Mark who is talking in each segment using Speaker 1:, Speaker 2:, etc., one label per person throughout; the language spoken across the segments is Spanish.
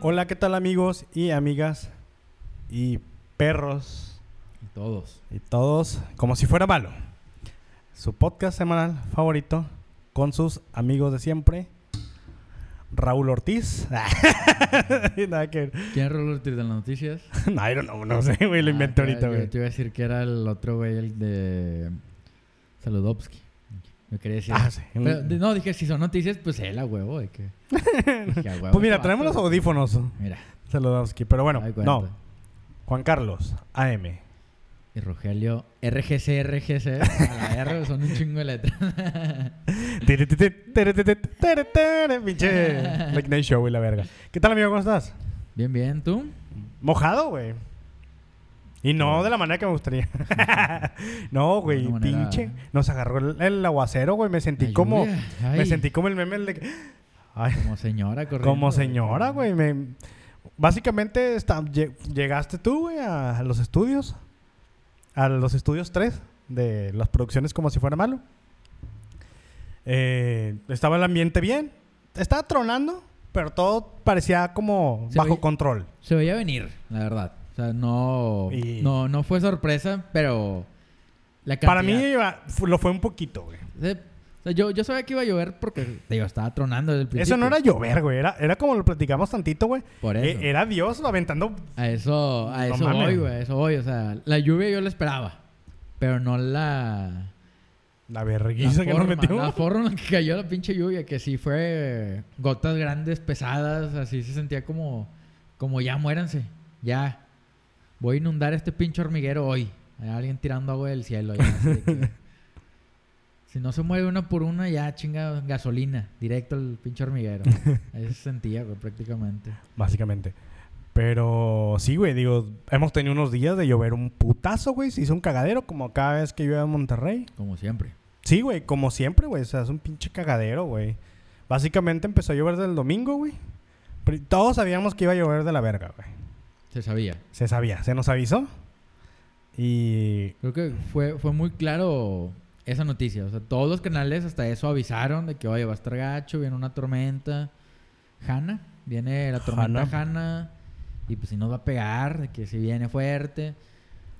Speaker 1: Hola, ¿qué tal amigos y amigas y perros
Speaker 2: Y todos.
Speaker 1: y todos? Como si fuera malo. Su podcast semanal favorito con sus amigos de siempre. Raúl Ortiz. Nada que ver.
Speaker 2: ¿Quién es Raúl Ortiz de las noticias?
Speaker 1: No, I don't know, no sé, güey, lo
Speaker 2: Ah,
Speaker 1: inventé
Speaker 2: te-
Speaker 1: ahorita,
Speaker 2: yo
Speaker 1: güey.
Speaker 2: Te iba a decir que era el otro güey, el de Saludowski. Me quería decir.
Speaker 1: Ah, sí.
Speaker 2: Pero, de- no, dije, si son noticias, pues él a huevo. de que- dije, a huevo,
Speaker 1: Pues mira,
Speaker 2: este
Speaker 1: tenemos los
Speaker 2: vato.
Speaker 1: audífonos.
Speaker 2: Mira,
Speaker 1: Saludowski. Pero bueno,
Speaker 2: ahí cuenta.
Speaker 1: no. Juan Carlos, AM.
Speaker 2: Y Rogelio, RGC, RGC. A la R son un chingo de letras.
Speaker 1: Tirititit, tirititit, tiritere, Pinche Late Night Show y la verga. ¿Qué tal, amigo? ¿Cómo estás?
Speaker 2: bien, bien, ¿tú?
Speaker 1: Mojado, güey. Y no de la manera que me gustaría. no, güey,
Speaker 2: De una manera-
Speaker 1: pinche. Nos agarró el, el aguacero, güey. Me sentí
Speaker 2: La
Speaker 1: como.
Speaker 2: lluvia, ay.
Speaker 1: Me sentí como el meme el de que- Ay,
Speaker 2: Como señora corriendo.
Speaker 1: como
Speaker 2: güey.
Speaker 1: señora, güey. Me... Básicamente está- lle- llegaste tú, güey, a, a los estudios. A los estudios 3 de las producciones como si fuera malo. Eh, estaba el ambiente bien. Estaba tronando, pero todo parecía como
Speaker 2: Se
Speaker 1: bajo
Speaker 2: veía-
Speaker 1: control.
Speaker 2: Se veía venir, la verdad. O sea, no,
Speaker 1: Y-
Speaker 2: no, no fue sorpresa, pero la
Speaker 1: Para mí
Speaker 2: cantidad-
Speaker 1: iba- fu- lo fue un poquito, güey.
Speaker 2: Eh, o sea, yo, yo sabía que iba a llover porque te digo, estaba tronando desde el principio.
Speaker 1: Eso no era llover, güey. Era, era como lo platicamos tantito, güey.
Speaker 2: Por
Speaker 1: Eh,
Speaker 2: eso.
Speaker 1: Era Dios aventando.
Speaker 2: A eso, a
Speaker 1: No
Speaker 2: eso
Speaker 1: mames.
Speaker 2: voy, güey. A eso voy. O sea, la lluvia yo la esperaba. Pero no la.
Speaker 1: La
Speaker 2: La
Speaker 1: vergüenza que nos
Speaker 2: forma,
Speaker 1: metió.
Speaker 2: la forma en la que cayó la pinche lluvia, que sí fue gotas grandes, pesadas, así se sentía como, como ya muéranse, ya. Voy a inundar este pinche hormiguero hoy. Hay alguien tirando agua del cielo. ya, así de que- si no se mueve una por una, ya chinga gasolina, directo al pinche hormiguero. Ahí se sentía, güey, prácticamente.
Speaker 1: Básicamente. Pero sí, güey. Digo, hemos tenido unos días de llover un putazo, güey. Se hizo un cagadero como cada vez que llueve en Monterrey.
Speaker 2: Como siempre.
Speaker 1: Sí, güey. Como siempre, güey. O sea, es un pinche cagadero, güey. Básicamente empezó a llover del domingo, güey. Pri- Todos sabíamos que iba a llover de la verga, güey.
Speaker 2: Se sabía.
Speaker 1: Se sabía. Se nos avisó. Y
Speaker 2: Creo que fue, fue muy claro esa noticia. O sea, todos los canales hasta eso avisaron de que, oye, va a estar gacho, viene una tormenta. Hanna, viene la tormenta
Speaker 1: Hanna.
Speaker 2: Hanna. y pues si nos va a pegar, de que si viene fuerte.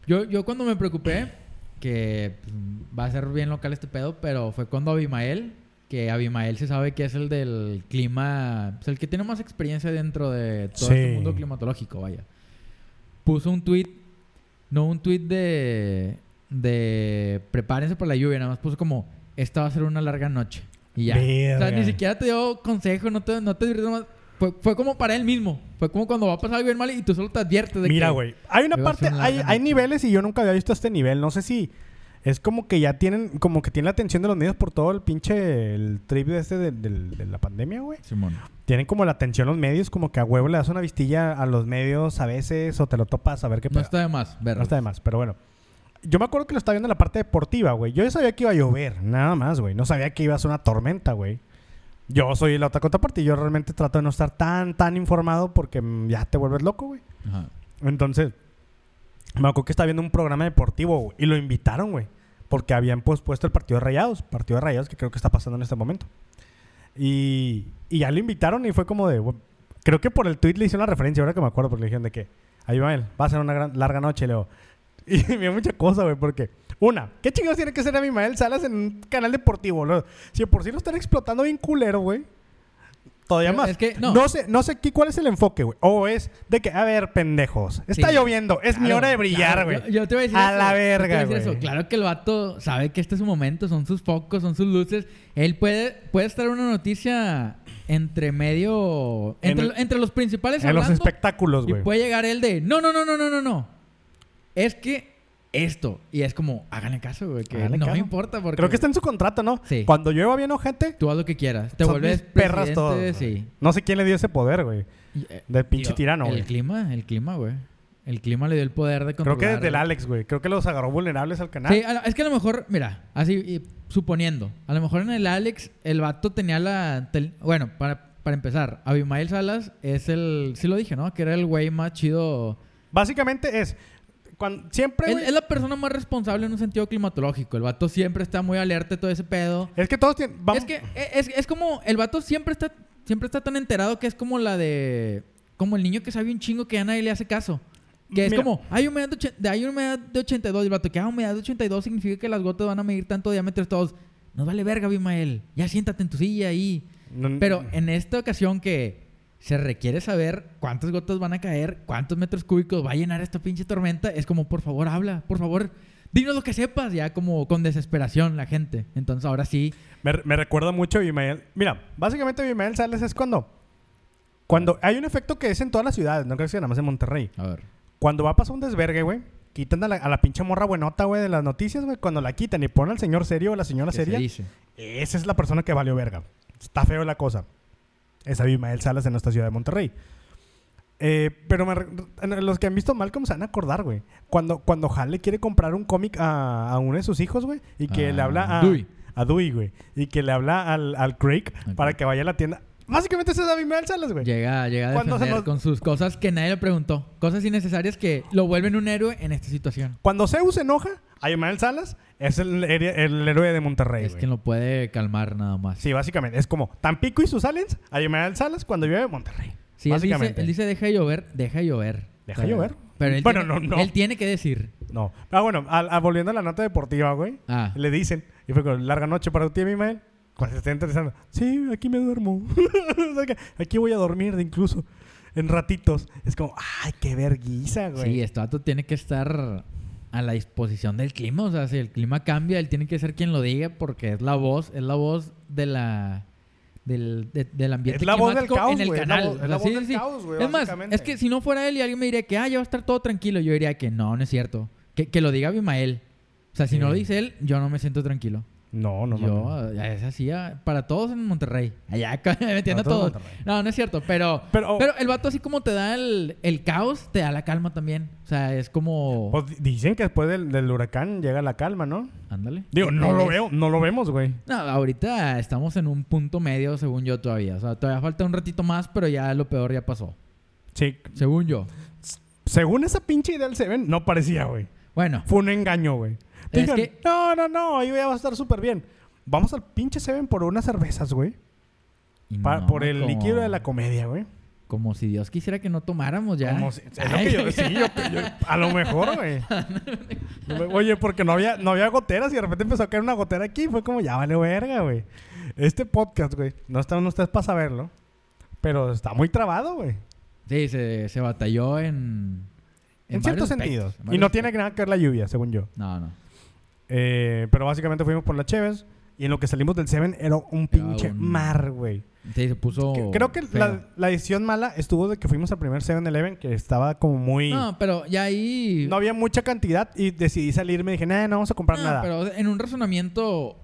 Speaker 2: Yo, yo cuando me preocupé, que pues, va a ser bien local este pedo, pero fue cuando Abimael, que Abimael se sabe que es el del clima, pues, el que tiene más experiencia dentro de todo
Speaker 1: Sí.
Speaker 2: este mundo climatológico, vaya. Puso un tweet, no un tweet de, de prepárense para la lluvia, nada más puso como, esta va a ser una larga noche. Y ya. O sea,
Speaker 1: Verga.
Speaker 2: ni siquiera te dio consejo, no te, no te divirtió nomás. Fue, fue como para él mismo. Fue como cuando va a pasar algo bien mal y tú solo te adviertes de
Speaker 1: Mira,
Speaker 2: que-
Speaker 1: güey. Hay una
Speaker 2: Te vas a
Speaker 1: parte,
Speaker 2: un
Speaker 1: hay,
Speaker 2: lado,
Speaker 1: hay
Speaker 2: ¿no?
Speaker 1: niveles y yo nunca había visto este nivel. No sé si es como que ya tienen, como que tienen la atención de los medios por todo el pinche el trip de este de, del- de la pandemia, güey.
Speaker 2: Simón.
Speaker 1: Tienen como la atención los medios, como que a huevo le das una vistilla a los medios a veces o te lo topas a ver qué
Speaker 2: No
Speaker 1: pasa.
Speaker 2: está de más,
Speaker 1: No
Speaker 2: verlo.
Speaker 1: está de más, pero bueno. Yo me acuerdo que lo estaba viendo en la parte deportiva, güey. Yo ya sabía que iba a llover, nada más, güey. No sabía que iba a ser una tormenta, güey. Yo soy la otra contraparte. Yo realmente trato de no estar tan, tan informado porque mm, ya te vuelves loco, güey.
Speaker 2: Ajá.
Speaker 1: Entonces, me acuerdo que estaba viendo un programa deportivo güey, y lo invitaron, güey. Porque habían pospuesto el partido de Rayados. Partido de Rayados que creo que está pasando en este momento. Y, y ya lo invitaron y fue como de... güey, creo que por el tweet le hice una referencia, ahora que me acuerdo, porque le dijeron de que... Ahí va él, va a ser una gran- larga noche, Leo. Y me dio mucha cosa, güey, porque... Una, ¿qué chingados tiene que ser Abimael Salas en un canal deportivo, boludo? Si de por sí lo están explotando bien culero, güey. Todavía
Speaker 2: Pero
Speaker 1: más.
Speaker 2: es que no.
Speaker 1: sé, no sé aquí cuál es el enfoque, güey. O es de que, a ver, pendejos. Está
Speaker 2: Sí.
Speaker 1: lloviendo, es mi
Speaker 2: Claro,
Speaker 1: hora de brillar,
Speaker 2: claro,
Speaker 1: güey.
Speaker 2: yo, yo te voy a decir
Speaker 1: A la
Speaker 2: eso, yo te voy a
Speaker 1: verga,
Speaker 2: decir eso.
Speaker 1: güey.
Speaker 2: Claro que el vato sabe que este es su momento, son sus focos, son sus luces. Él puede, puede estar una noticia entre medio...
Speaker 1: En
Speaker 2: Entre,
Speaker 1: el-
Speaker 2: entre los principales
Speaker 1: En los
Speaker 2: hablando,
Speaker 1: espectáculos,
Speaker 2: Y
Speaker 1: güey.
Speaker 2: puede llegar el de, no, no, no, no, no, no, no. Es que esto. Y es como, háganle caso, güey, que
Speaker 1: Háganle
Speaker 2: no
Speaker 1: caso.
Speaker 2: me importa porque
Speaker 1: Creo que está en su contrato, ¿no?
Speaker 2: Sí.
Speaker 1: Cuando llueva bien ojete,
Speaker 2: tú haz lo que quieras. Te
Speaker 1: son
Speaker 2: vuelves
Speaker 1: mis perras
Speaker 2: presidente,
Speaker 1: todos. güey.
Speaker 2: Sí.
Speaker 1: No sé quién le dio ese poder, güey.
Speaker 2: Y, eh,
Speaker 1: Del pinche
Speaker 2: digo,
Speaker 1: tirano, güey.
Speaker 2: El clima, el clima, güey. El clima le dio el poder de
Speaker 1: Creo
Speaker 2: controlar.
Speaker 1: que desde el Alex, güey. Creo que los agarró vulnerables al canal.
Speaker 2: Sí, a la- es que a lo mejor, mira, así y suponiendo, a lo mejor en el Alex el vato tenía la... tel- bueno, para, para empezar, Abimael Salas es el... Sí lo dije, ¿no? Que era el güey más chido...
Speaker 1: Básicamente es. cuan- siempre,
Speaker 2: Es,
Speaker 1: güey,
Speaker 2: es la persona más responsable en un sentido climatológico. El vato siempre está muy alerta de todo ese pedo. e,
Speaker 1: Es que todos tienen. vamos-
Speaker 2: Es que es, es como... El vato siempre está, siempre está tan enterado que es como la de... como el niño que sabe un chingo que a nadie le hace caso. Que es
Speaker 1: Mira.
Speaker 2: como, hay humedad de, ochen- de- hay humedad de 82. Y el vato, que ah, humedad de 82 significa que las gotas van a medir tanto diámetro todos. Nos vale verga, Bimael. Ya siéntate en tu silla ahí.
Speaker 1: No-
Speaker 2: Pero en esta ocasión que se requiere saber cuántas gotas van a caer, cuántos metros cúbicos va a llenar esta pinche tormenta, es como, por favor, habla, por favor, dinos lo que sepas, ya como con desesperación la gente. Entonces ahora sí,
Speaker 1: Me, me recuerda mucho a Bimael. Mira, básicamente Bimael Sales es cuando. Cuando hay un efecto que es en todas las ciudades, no creo que sea nada más en Monterrey.
Speaker 2: a ver.
Speaker 1: Cuando va a pasar un desvergue, güey, quitan a la, a la pinche morra buenota, güey, de las noticias, güey. Cuando la quitan y ponen al señor serio o la señora
Speaker 2: ¿qué se
Speaker 1: seria,
Speaker 2: dice?
Speaker 1: esa es la persona que valió verga. Está feo la cosa. Esa Abimael Salas en nuestra ciudad de Monterrey. Eh, pero me re- los que han visto Malcolm se van a acordar, güey. Cuando, cuando Hal le quiere comprar un cómic a, a uno de sus hijos, güey, y que
Speaker 2: Ah,
Speaker 1: le habla a
Speaker 2: Dewey.
Speaker 1: a Dewey, güey, y que le habla al, al Craig
Speaker 2: Al
Speaker 1: para
Speaker 2: Craig.
Speaker 1: que vaya a la tienda. Básicamente esa es Abimael Salas, güey.
Speaker 2: Llega, llega a
Speaker 1: Cuando se nos-
Speaker 2: defender con sus cosas que nadie le preguntó, cosas innecesarias que lo vuelven un héroe en esta situación.
Speaker 1: Cuando Zeus se enoja, Abimael Salas es el, heri- el héroe de Monterrey,
Speaker 2: es
Speaker 1: güey.
Speaker 2: quien lo puede calmar nada más.
Speaker 1: Sí, básicamente. Es como Tampico y sus aliens, Abimael Salas cuando llueve Monterrey.
Speaker 2: Sí, él dice,
Speaker 1: básicamente.
Speaker 2: él dice, deja de llover, deja de llover.
Speaker 1: Deja
Speaker 2: Pero-
Speaker 1: llover.
Speaker 2: Pero él,
Speaker 1: Bueno,
Speaker 2: tiene,
Speaker 1: no, no.
Speaker 2: él tiene que decir.
Speaker 1: No. Ah, bueno, al- a- volviendo a la nota deportiva, güey.
Speaker 2: Ah,
Speaker 1: Le dicen, y fue con larga noche para ti, mi mail. Cuando se está interesando, sí, aquí me duermo. O sea que aquí voy a dormir de incluso en ratitos. Es como, ay, qué verguiza, güey.
Speaker 2: Sí, este vato tiene que estar a la disposición del clima. O sea, si el clima cambia, él tiene que ser quien lo diga porque es la voz, es la voz de la... Del, de- del ambiente
Speaker 1: Es la voz del
Speaker 2: climático
Speaker 1: caos,
Speaker 2: en el
Speaker 1: güey, es la
Speaker 2: canal.
Speaker 1: voz- es
Speaker 2: O sea,
Speaker 1: la voz
Speaker 2: sí,
Speaker 1: del
Speaker 2: sí.
Speaker 1: caos, güey,
Speaker 2: Es más,
Speaker 1: básicamente.
Speaker 2: es que si no fuera él y alguien me diría que ah, ya va a estar todo tranquilo, yo diría que no, no es cierto. Que, que lo diga Abimael. O sea, si no lo
Speaker 1: Sí.
Speaker 2: dice él, yo no me siento tranquilo.
Speaker 1: No, no,
Speaker 2: yo,
Speaker 1: no.
Speaker 2: ah, es así, ah, para todos en Monterrey. Allá, acá, metiendo a
Speaker 1: Para todos en
Speaker 2: todos.
Speaker 1: Monterrey.
Speaker 2: No, no es cierto, pero...
Speaker 1: Pero,
Speaker 2: Pero el vato así como te da el, el caos, te da la calma también. O sea, es como...
Speaker 1: pues, di- dicen que después del, del huracán llega la calma, ¿no?
Speaker 2: Ándale.
Speaker 1: Digo, no
Speaker 2: Tal
Speaker 1: lo
Speaker 2: vez.
Speaker 1: veo, no lo vemos, güey.
Speaker 2: No, ahorita estamos en un punto medio, según yo, todavía. O sea, todavía falta un ratito más, pero ya lo peor ya pasó.
Speaker 1: Sí.
Speaker 2: Según yo.
Speaker 1: Según esa pinche idea del Seven, no parecía, güey.
Speaker 2: Bueno,
Speaker 1: Fue un engaño, güey.
Speaker 2: Es
Speaker 1: Dijeron,
Speaker 2: que-
Speaker 1: no, no, no, ahí ya va a estar súper bien. Vamos al pinche Seven por unas cervezas, güey.
Speaker 2: y
Speaker 1: Pa-
Speaker 2: no,
Speaker 1: por el
Speaker 2: como-
Speaker 1: líquido de la comedia, güey.
Speaker 2: Como si Dios quisiera que no tomáramos ya.
Speaker 1: Como si- es lo que yo- sí, yo- yo- a lo mejor, güey. Oye, porque no había, no había goteras y de repente empezó a caer una gotera aquí. Fue como, ya vale verga, güey. Este podcast, güey, no están ustedes para saberlo, pero está muy trabado, güey.
Speaker 2: Sí, se, se batalló en...
Speaker 1: En, cierto
Speaker 2: varios
Speaker 1: sentido.
Speaker 2: aspectos, en
Speaker 1: Y
Speaker 2: varios
Speaker 1: no tiene
Speaker 2: aspectos.
Speaker 1: nada que ver la lluvia, según yo.
Speaker 2: No, no.
Speaker 1: Eh, pero básicamente fuimos por las Cheves y en lo que salimos del Seven era un pinche
Speaker 2: un-
Speaker 1: mar, güey.
Speaker 2: Sí, se puso...
Speaker 1: Que- Creo que
Speaker 2: feo.
Speaker 1: la, la decisión mala estuvo de que fuimos al primer 7-Eleven que estaba como muy...
Speaker 2: No, pero ya ahí...
Speaker 1: No había mucha cantidad y decidí salirme. Dije, nah, no vamos a comprar
Speaker 2: No,
Speaker 1: nada.
Speaker 2: Pero en un razonamiento,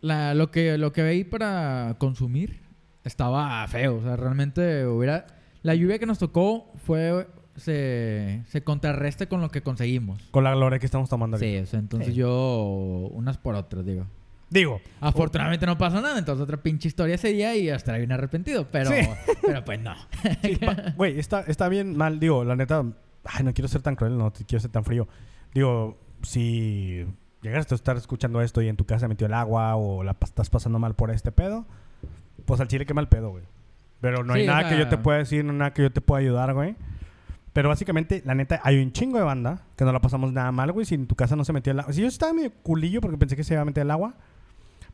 Speaker 2: la- lo que lo que veí para consumir estaba feo. O sea, realmente hubiera. La lluvia que nos tocó fue. Se, se contrarresta con lo que conseguimos.
Speaker 1: Con la gloria que estamos tomando
Speaker 2: Sí,
Speaker 1: ahorita.
Speaker 2: o sea, entonces
Speaker 1: Sí.
Speaker 2: yo. Unas por otras, digo.
Speaker 1: Digo,
Speaker 2: Afortunadamente no pasó nada, entonces otra pinche historia sería y hasta bien arrepentido. Pero,
Speaker 1: Sí.
Speaker 2: pero pues no.
Speaker 1: sí, pa- güey, está, está bien mal. Digo, la neta, ay, no quiero ser tan cruel, no te- quiero ser tan frío. Digo, si llegas a estar escuchando esto y en tu casa metió el agua o la pa- estás pasando mal por este pedo, pues al chile quema el pedo, güey. Pero no hay
Speaker 2: Sí,
Speaker 1: nada
Speaker 2: o
Speaker 1: que
Speaker 2: sea-
Speaker 1: yo te pueda decir, no hay nada que yo te pueda ayudar, güey. Pero básicamente, la neta, hay un chingo de banda que no la pasamos nada mal, güey. Si en tu casa no se metió el agua. Si yo estaba medio culillo porque pensé que se iba a meter el agua.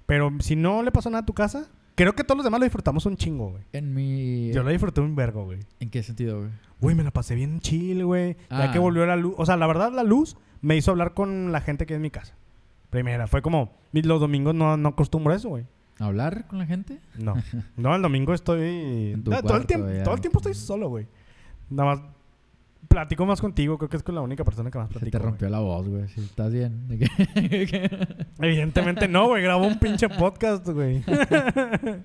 Speaker 1: Pero si no le pasó nada a tu casa, creo que todos los demás lo disfrutamos un chingo, güey.
Speaker 2: En mi.
Speaker 1: Yo lo disfruté un vergo, güey.
Speaker 2: ¿En qué sentido, güey?
Speaker 1: Güey, me la pasé bien chill, güey.
Speaker 2: Ah.
Speaker 1: Ya que volvió la luz. O sea, la verdad, la luz me hizo hablar con la gente que es en mi casa. Primera, fue como, mi- los domingos no, no acostumbro a eso, güey.
Speaker 2: ¿Hablar con la gente?
Speaker 1: No. no, el domingo estoy.
Speaker 2: En tu
Speaker 1: No, todo, el
Speaker 2: cuarto,
Speaker 1: tiempo,
Speaker 2: ya.
Speaker 1: todo el tiempo estoy solo, güey. Nada más platico más contigo. Creo que es con la única persona que más platico.
Speaker 2: Se te
Speaker 1: güey.
Speaker 2: rompió la voz, güey. Si estás bien. ¿De qué?
Speaker 1: Evidentemente no, güey. Grabo un pinche podcast, güey. me, me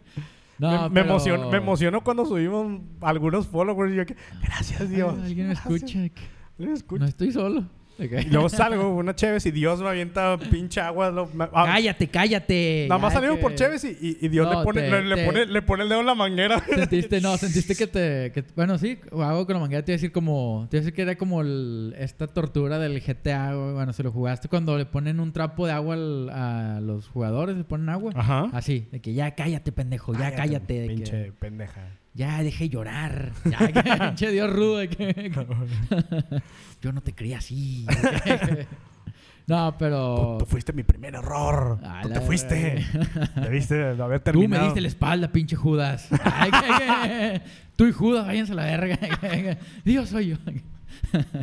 Speaker 2: pero-
Speaker 1: emociono, me emociono cuando subimos algunos followers. Y yo que, gracias,
Speaker 2: Ay,
Speaker 1: Dios.
Speaker 2: Alguien me
Speaker 1: Gracias.
Speaker 2: escucha. que
Speaker 1: Alguien me escucha.
Speaker 2: No estoy solo. Ok.
Speaker 1: Y luego salgo, una Chévez, y Dios me avienta pinche agua. lo- me- ah,
Speaker 2: cállate, cállate.
Speaker 1: nada más
Speaker 2: Ya
Speaker 1: salimos
Speaker 2: que-
Speaker 1: por Chévez y, y- y Dios
Speaker 2: No,
Speaker 1: le, pone,
Speaker 2: te-
Speaker 1: le, le
Speaker 2: te-
Speaker 1: pone, le pone el dedo en la manguera.
Speaker 2: Sentiste, no, sentiste que te. que- bueno, sí, o algo con la manguera te iba a decir como. Te iba a decir que era como el- esta tortura del GTA, güey. Bueno, se lo jugaste cuando le ponen un trapo de agua al- a los jugadores, le ponen agua.
Speaker 1: Ajá.
Speaker 2: Así, de que Ah, pues ya cállate, pendejo, ya cállate. de que-
Speaker 1: pinche pendeja.
Speaker 2: Ya, deje llorar. Ya, que pinche Dios rudo. de que- que- yo no te creía así. no, pero...
Speaker 1: Tú, tú fuiste mi primer error.
Speaker 2: Oh. A
Speaker 1: tú
Speaker 2: la
Speaker 1: te fuiste. Debiste de haber
Speaker 2: Tú me
Speaker 1: terminado.
Speaker 2: diste la espalda, pinche Judas. Ay, que- que- Tú y Judas, váyanse a la verga. Dios soy yo.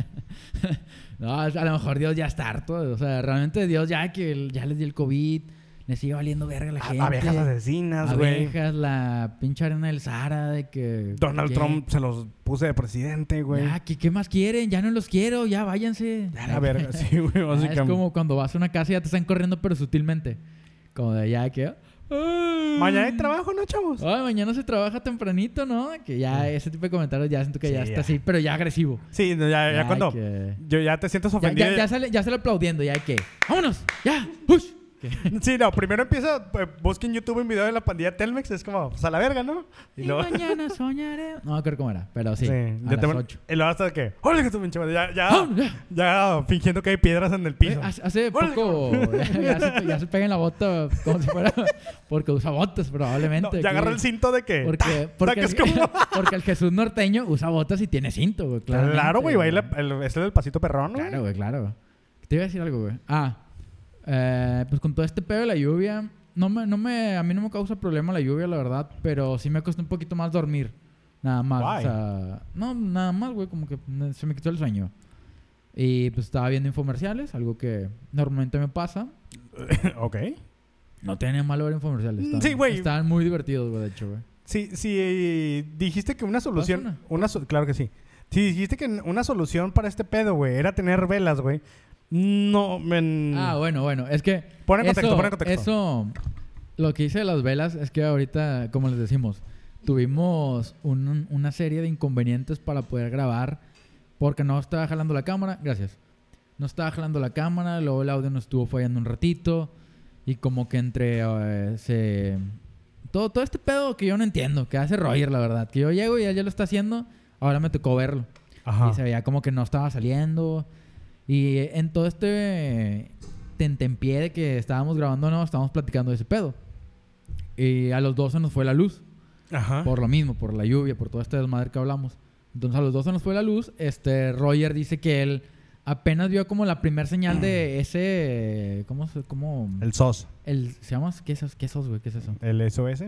Speaker 2: No, a lo mejor Dios ya está harto. O sea, realmente Dios ya que el- ya les dio el COVID, les sigue valiendo verga a la gente.
Speaker 1: A- Abejas asesinas, güey.
Speaker 2: Abejas, la pinche arena del Sahara de que...
Speaker 1: Donald
Speaker 2: que-
Speaker 1: Trump se los puse de presidente, güey.
Speaker 2: Ya, ¿qué, qué más quieren? Ya no los quiero, ya váyanse.
Speaker 1: Ya la verga, sí, güey,
Speaker 2: Ah,
Speaker 1: básicamente.
Speaker 2: Es como cuando vas a una casa y ya te están corriendo, pero sutilmente. Como de ya que. "Ay,
Speaker 1: Mañana hay trabajo, ¿no, chavos?
Speaker 2: pues, Ay, mañana se trabaja tempranito, ¿no? Que ya ese tipo de comentarios ya siento que
Speaker 1: Sí,
Speaker 2: ya está
Speaker 1: ya.
Speaker 2: así, pero ya agresivo.
Speaker 1: Sí, no, Eh, ya, ya
Speaker 2: Ya
Speaker 1: cuando.
Speaker 2: que-
Speaker 1: Yo ya te sientes
Speaker 2: Ya,
Speaker 1: ofendido.
Speaker 2: ya, ya sale, ya sale aplaudiendo, ya que. ¡Vámonos! ¡Ya! ¡Ush! Que-
Speaker 1: Sí, no, primero empieza, eh, busca en YouTube un video de la pandilla Telmex, es como, pues a la verga, ¿no?
Speaker 2: Y mañana soñaré. No me acuerdo cómo era, pero sí.
Speaker 1: ya
Speaker 2: a
Speaker 1: te-
Speaker 2: las ocho.
Speaker 1: Y luego hasta que, ¡Órale, que tu pinche madre", Ya,
Speaker 2: ¡Vámonos,
Speaker 1: ya,
Speaker 2: ya!
Speaker 1: ya fingiendo que hay piedras en el
Speaker 2: Eh,
Speaker 1: piso.
Speaker 2: Hace, hace
Speaker 1: Órale,
Speaker 2: poco ya, ya se, ya se pega en la bota como si fuera porque usa botas
Speaker 1: No,
Speaker 2: probablemente.
Speaker 1: ya
Speaker 2: aquí.
Speaker 1: agarra el cinto de que. ta,
Speaker 2: Porque,
Speaker 1: ta,
Speaker 2: porque,
Speaker 1: que es
Speaker 2: el,
Speaker 1: como-
Speaker 2: porque el Jesús norteño usa botas y tiene cinto, güey. claramente,
Speaker 1: Claro, güey, baila. el- Es el pasito perrón, güey.
Speaker 2: Claro, güey, claro. Te iba a decir algo, güey. Ah, eh, pues con todo este pedo de la lluvia, no me, no me, a mí no me causa problema la lluvia, la verdad, pero sí me costó un poquito más dormir. Nada más.
Speaker 1: Why?
Speaker 2: O sea, no, nada más, güey, como que mm, se me quitó el sueño. Y pues estaba viendo infomerciales, algo que normalmente me pasa.
Speaker 1: ok.
Speaker 2: No tiene malo ver infomerciales.
Speaker 1: Mm,
Speaker 2: Estaban,
Speaker 1: sí, güey.
Speaker 2: Estaban muy divertidos, güey, de hecho, güey.
Speaker 1: Si, si dijiste que una solución.
Speaker 2: una.
Speaker 1: Una. so- claro que sí. Si dijiste que una solución para este pedo, güey, era tener velas, güey. No, men.
Speaker 2: Ah, bueno, bueno. Es que.
Speaker 1: Mm. Pon en
Speaker 2: eso-
Speaker 1: contexto, pon en contexto.
Speaker 2: Eso. Lo que hice de las velas es que ahorita, como les decimos, tuvimos un- una serie de inconvenientes para poder grabar. Porque no estaba jalando la cámara. Gracias. No estaba jalando la cámara. Luego el audio nos estuvo fallando un ratito. Y como que entre. eh, se- Todo, todo este pedo que yo no entiendo. Que hace Roger, la verdad. Que yo llego y él ya lo está haciendo. Ahora me tocó verlo.
Speaker 1: Ajá.
Speaker 2: Y se veía como que no estaba saliendo. Y eh, en todo este tentempié de que estábamos grabando, no, estábamos platicando de ese pedo. Y a los dos se nos fue la luz.
Speaker 1: Ajá.
Speaker 2: Por lo mismo, por la lluvia, por todo este desmadre que hablamos. Entonces a los dos se nos fue la luz. Este, Roger dice que él apenas vio como la primera señal de ese... ¿Cómo se...? Cómo,
Speaker 1: El SOS.
Speaker 2: el, ¿Se llama? ¿Qué es, eso- qué es eso, güey? ¿Qué es eso?
Speaker 1: ¿El SOS?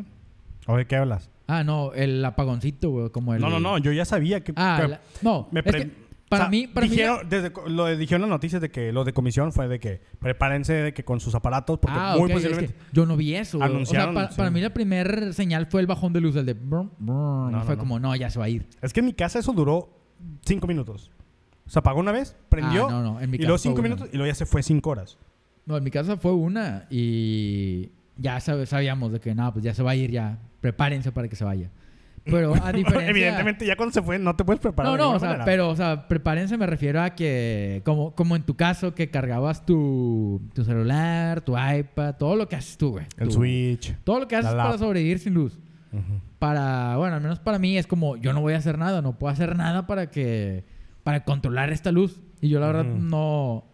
Speaker 1: ¿O de qué hablas?
Speaker 2: Ah, no, el apagoncito, güey. Como el...
Speaker 1: No, no, no. Yo ya sabía que.
Speaker 2: Ah,
Speaker 1: que-
Speaker 2: la- no.
Speaker 1: me
Speaker 2: es
Speaker 1: pre-
Speaker 2: que
Speaker 1: o
Speaker 2: para
Speaker 1: sea,
Speaker 2: mí... Para mí
Speaker 1: dijeron, desde co- lo de- dijeron las noticias de que lo de comisión fue de que prepárense de que con sus aparatos, porque
Speaker 2: Ah,
Speaker 1: muy
Speaker 2: ok, es que
Speaker 1: posiblemente.
Speaker 2: yo no vi eso. güey. o
Speaker 1: Anunciaron,
Speaker 2: sea, pa- para,
Speaker 1: sí.
Speaker 2: mí la primera señal fue el bajón de luz, el de... brum, brum,
Speaker 1: No,
Speaker 2: y
Speaker 1: no,
Speaker 2: fue
Speaker 1: no.
Speaker 2: como, no, ya se va a ir.
Speaker 1: Es que en mi casa eso duró cinco minutos. Se apagó una vez, prendió,
Speaker 2: Ah, no, no, en mi
Speaker 1: y luego
Speaker 2: caso fue
Speaker 1: cinco
Speaker 2: una.
Speaker 1: minutos, y luego ya se fue cinco horas.
Speaker 2: No, en mi casa fue una y ya sab- sabíamos de que, no, pues ya se va a ir, ya. Prepárense para que se vaya. Pero a diferencia...
Speaker 1: Evidentemente, ya cuando se fue, no te puedes preparar.
Speaker 2: No,
Speaker 1: de
Speaker 2: no,
Speaker 1: ninguna
Speaker 2: o sea,
Speaker 1: manera.
Speaker 2: pero, o sea, prepárense me refiero a que, como, como en tu caso, que cargabas tu, tu celular, tu iPad, todo lo que haces tú, güey.
Speaker 1: El
Speaker 2: Tu-
Speaker 1: Switch.
Speaker 2: Todo lo que haces
Speaker 1: la
Speaker 2: para
Speaker 1: lap.
Speaker 2: sobrevivir sin luz.
Speaker 1: Ujú.
Speaker 2: para, bueno, al menos para mí es como yo no voy a hacer nada, no puedo hacer nada para que para controlar esta luz y yo la verdad
Speaker 1: Ujú.
Speaker 2: no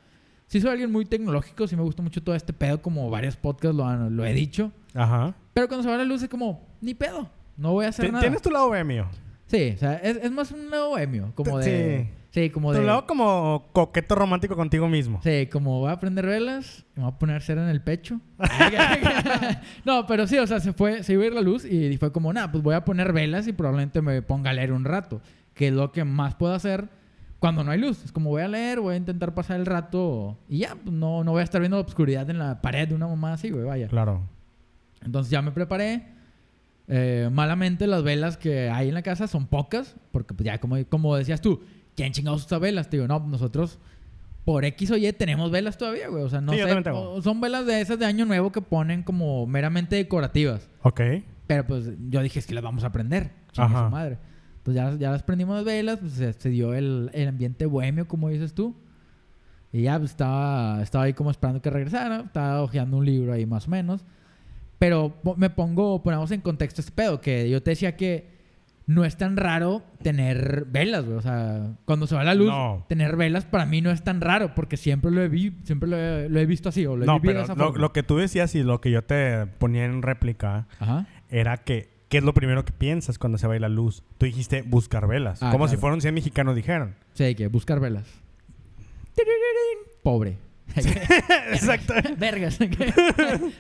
Speaker 2: sí soy alguien muy tecnológico, sí me gusta mucho todo este pedo como varios podcasts lo, han- lo he dicho,
Speaker 1: Ajá.
Speaker 2: pero cuando se va la luz es como ni pedo, no voy a hacer
Speaker 1: Ti-
Speaker 2: nada.
Speaker 1: Tienes tu lado B mío.
Speaker 2: Sí, o sea, es, es más un lado bohemio, como
Speaker 1: Sí.
Speaker 2: de sí, como
Speaker 1: Tu
Speaker 2: de
Speaker 1: lado como coqueto romántico contigo mismo.
Speaker 2: Sí, como voy a prender velas, me voy a poner cera en el pecho. no, pero sí, o sea, se fue, se iba a ir la luz y fue como, nada, pues voy a poner velas y probablemente me ponga a leer un rato, que es lo que más puedo hacer cuando no hay luz. Es como voy a leer, voy a intentar pasar el rato y ya, pues, no, no voy a estar viendo la obscuridad en la pared de una mamá así, güey, vaya.
Speaker 1: Claro.
Speaker 2: Entonces ya me preparé. Eh, malamente las velas que hay en la casa son pocas, porque pues ya como, como decías tú, ¿quién chingados usa velas? Te digo, no, nosotros por X o Y tenemos velas todavía, güey. O sea, no
Speaker 1: Sí, yo
Speaker 2: sé,
Speaker 1: también tengo.
Speaker 2: o- son velas de esas de año nuevo que ponen como meramente decorativas.
Speaker 1: Ok.
Speaker 2: Pero pues yo dije, es que las vamos a prender. Chingue
Speaker 1: Ajá.
Speaker 2: su madre. Entonces ya, ya las prendimos las velas, pues se, se dio el, el ambiente bohemio, como dices tú. Y ya pues, estaba, estaba ahí como esperando que regresara. Estaba hojeando un libro ahí más o menos. Pero po- me pongo, ponemos en contexto este pedo, que yo te decía que no es tan raro tener velas, güey. O sea, cuando se va la luz,
Speaker 1: No.
Speaker 2: tener velas para mí no es tan raro, porque siempre lo he, vi- siempre lo he, lo he visto así, o lo he
Speaker 1: No,
Speaker 2: vivido de
Speaker 1: pero
Speaker 2: esa
Speaker 1: lo,
Speaker 2: forma.
Speaker 1: lo que tú decías y lo que yo te ponía en réplica
Speaker 2: Ajá.
Speaker 1: era que ¿Qué es lo primero que piensas cuando se va a ir la luz? Tú dijiste buscar velas.
Speaker 2: Ah,
Speaker 1: como si
Speaker 2: claro.
Speaker 1: fueron 100 mexicanos, dijeron.
Speaker 2: Sí, hay que buscar velas. Pobre.
Speaker 1: Exacto.
Speaker 2: Vergas.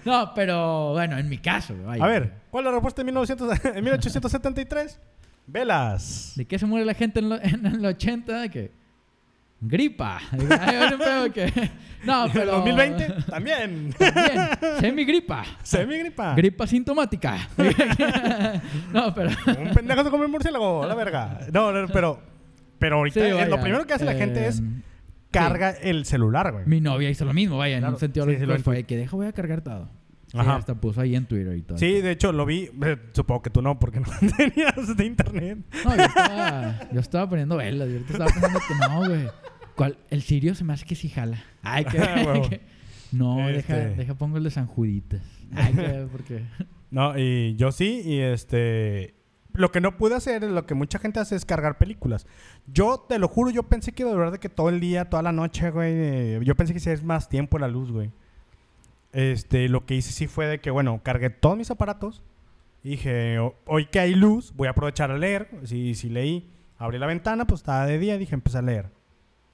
Speaker 2: no, pero bueno, en mi caso. vaya.
Speaker 1: A ver, ¿cuál es la respuesta en, 1900 en 1873? Velas.
Speaker 2: ¿De qué se muere la gente en, lo- en el 80? De que. Gripa. Ay, bueno, pero que- No,
Speaker 1: En
Speaker 2: pero.
Speaker 1: 2020 también.
Speaker 2: También. Semigripa.
Speaker 1: Semigripa.
Speaker 2: Gripa sintomática. no, pero.
Speaker 1: Un pendejo se come un murciélago, la verga. No, no, pero, pero ahorita
Speaker 2: Sí,
Speaker 1: eh, lo
Speaker 2: vaya.
Speaker 1: primero que hace la gente es
Speaker 2: Em,
Speaker 1: carga el celular, güey.
Speaker 2: Mi novia hizo lo mismo, vaya, en
Speaker 1: Claro,
Speaker 2: un sentido
Speaker 1: sí,
Speaker 2: lógico,
Speaker 1: sí, lo
Speaker 2: fue de que deja, voy a cargar todo. Sí,
Speaker 1: Ajá.
Speaker 2: hasta puso ahí en Twitter y todo.
Speaker 1: Sí, de hecho lo vi. eh, Supongo que tú no, porque no tenías de internet.
Speaker 2: No, yo estaba, yo estaba poniendo velas, yo ahorita estaba pensando que no, güey. ¿Cuál? El sirio se me hace que sí jala. Ay, que.
Speaker 1: Ah, huevo.
Speaker 2: que- no, deja,
Speaker 1: Este.
Speaker 2: deja, pongo el de San Juditas. Ay, que, porque.
Speaker 1: No, y yo sí, y este. Lo que no pude hacer, lo que mucha gente hace es cargar películas. Yo te lo juro, yo pensé que de verdad que todo el día, toda la noche, güey. eh, Yo pensé que sí es más tiempo la luz, güey. Este, lo que hice sí fue de que, bueno, cargué todos mis aparatos. y Dije, "O- hoy que hay luz, voy a aprovechar a leer. Si, si leí, abrí la ventana, pues estaba de día, dije, empecé a leer.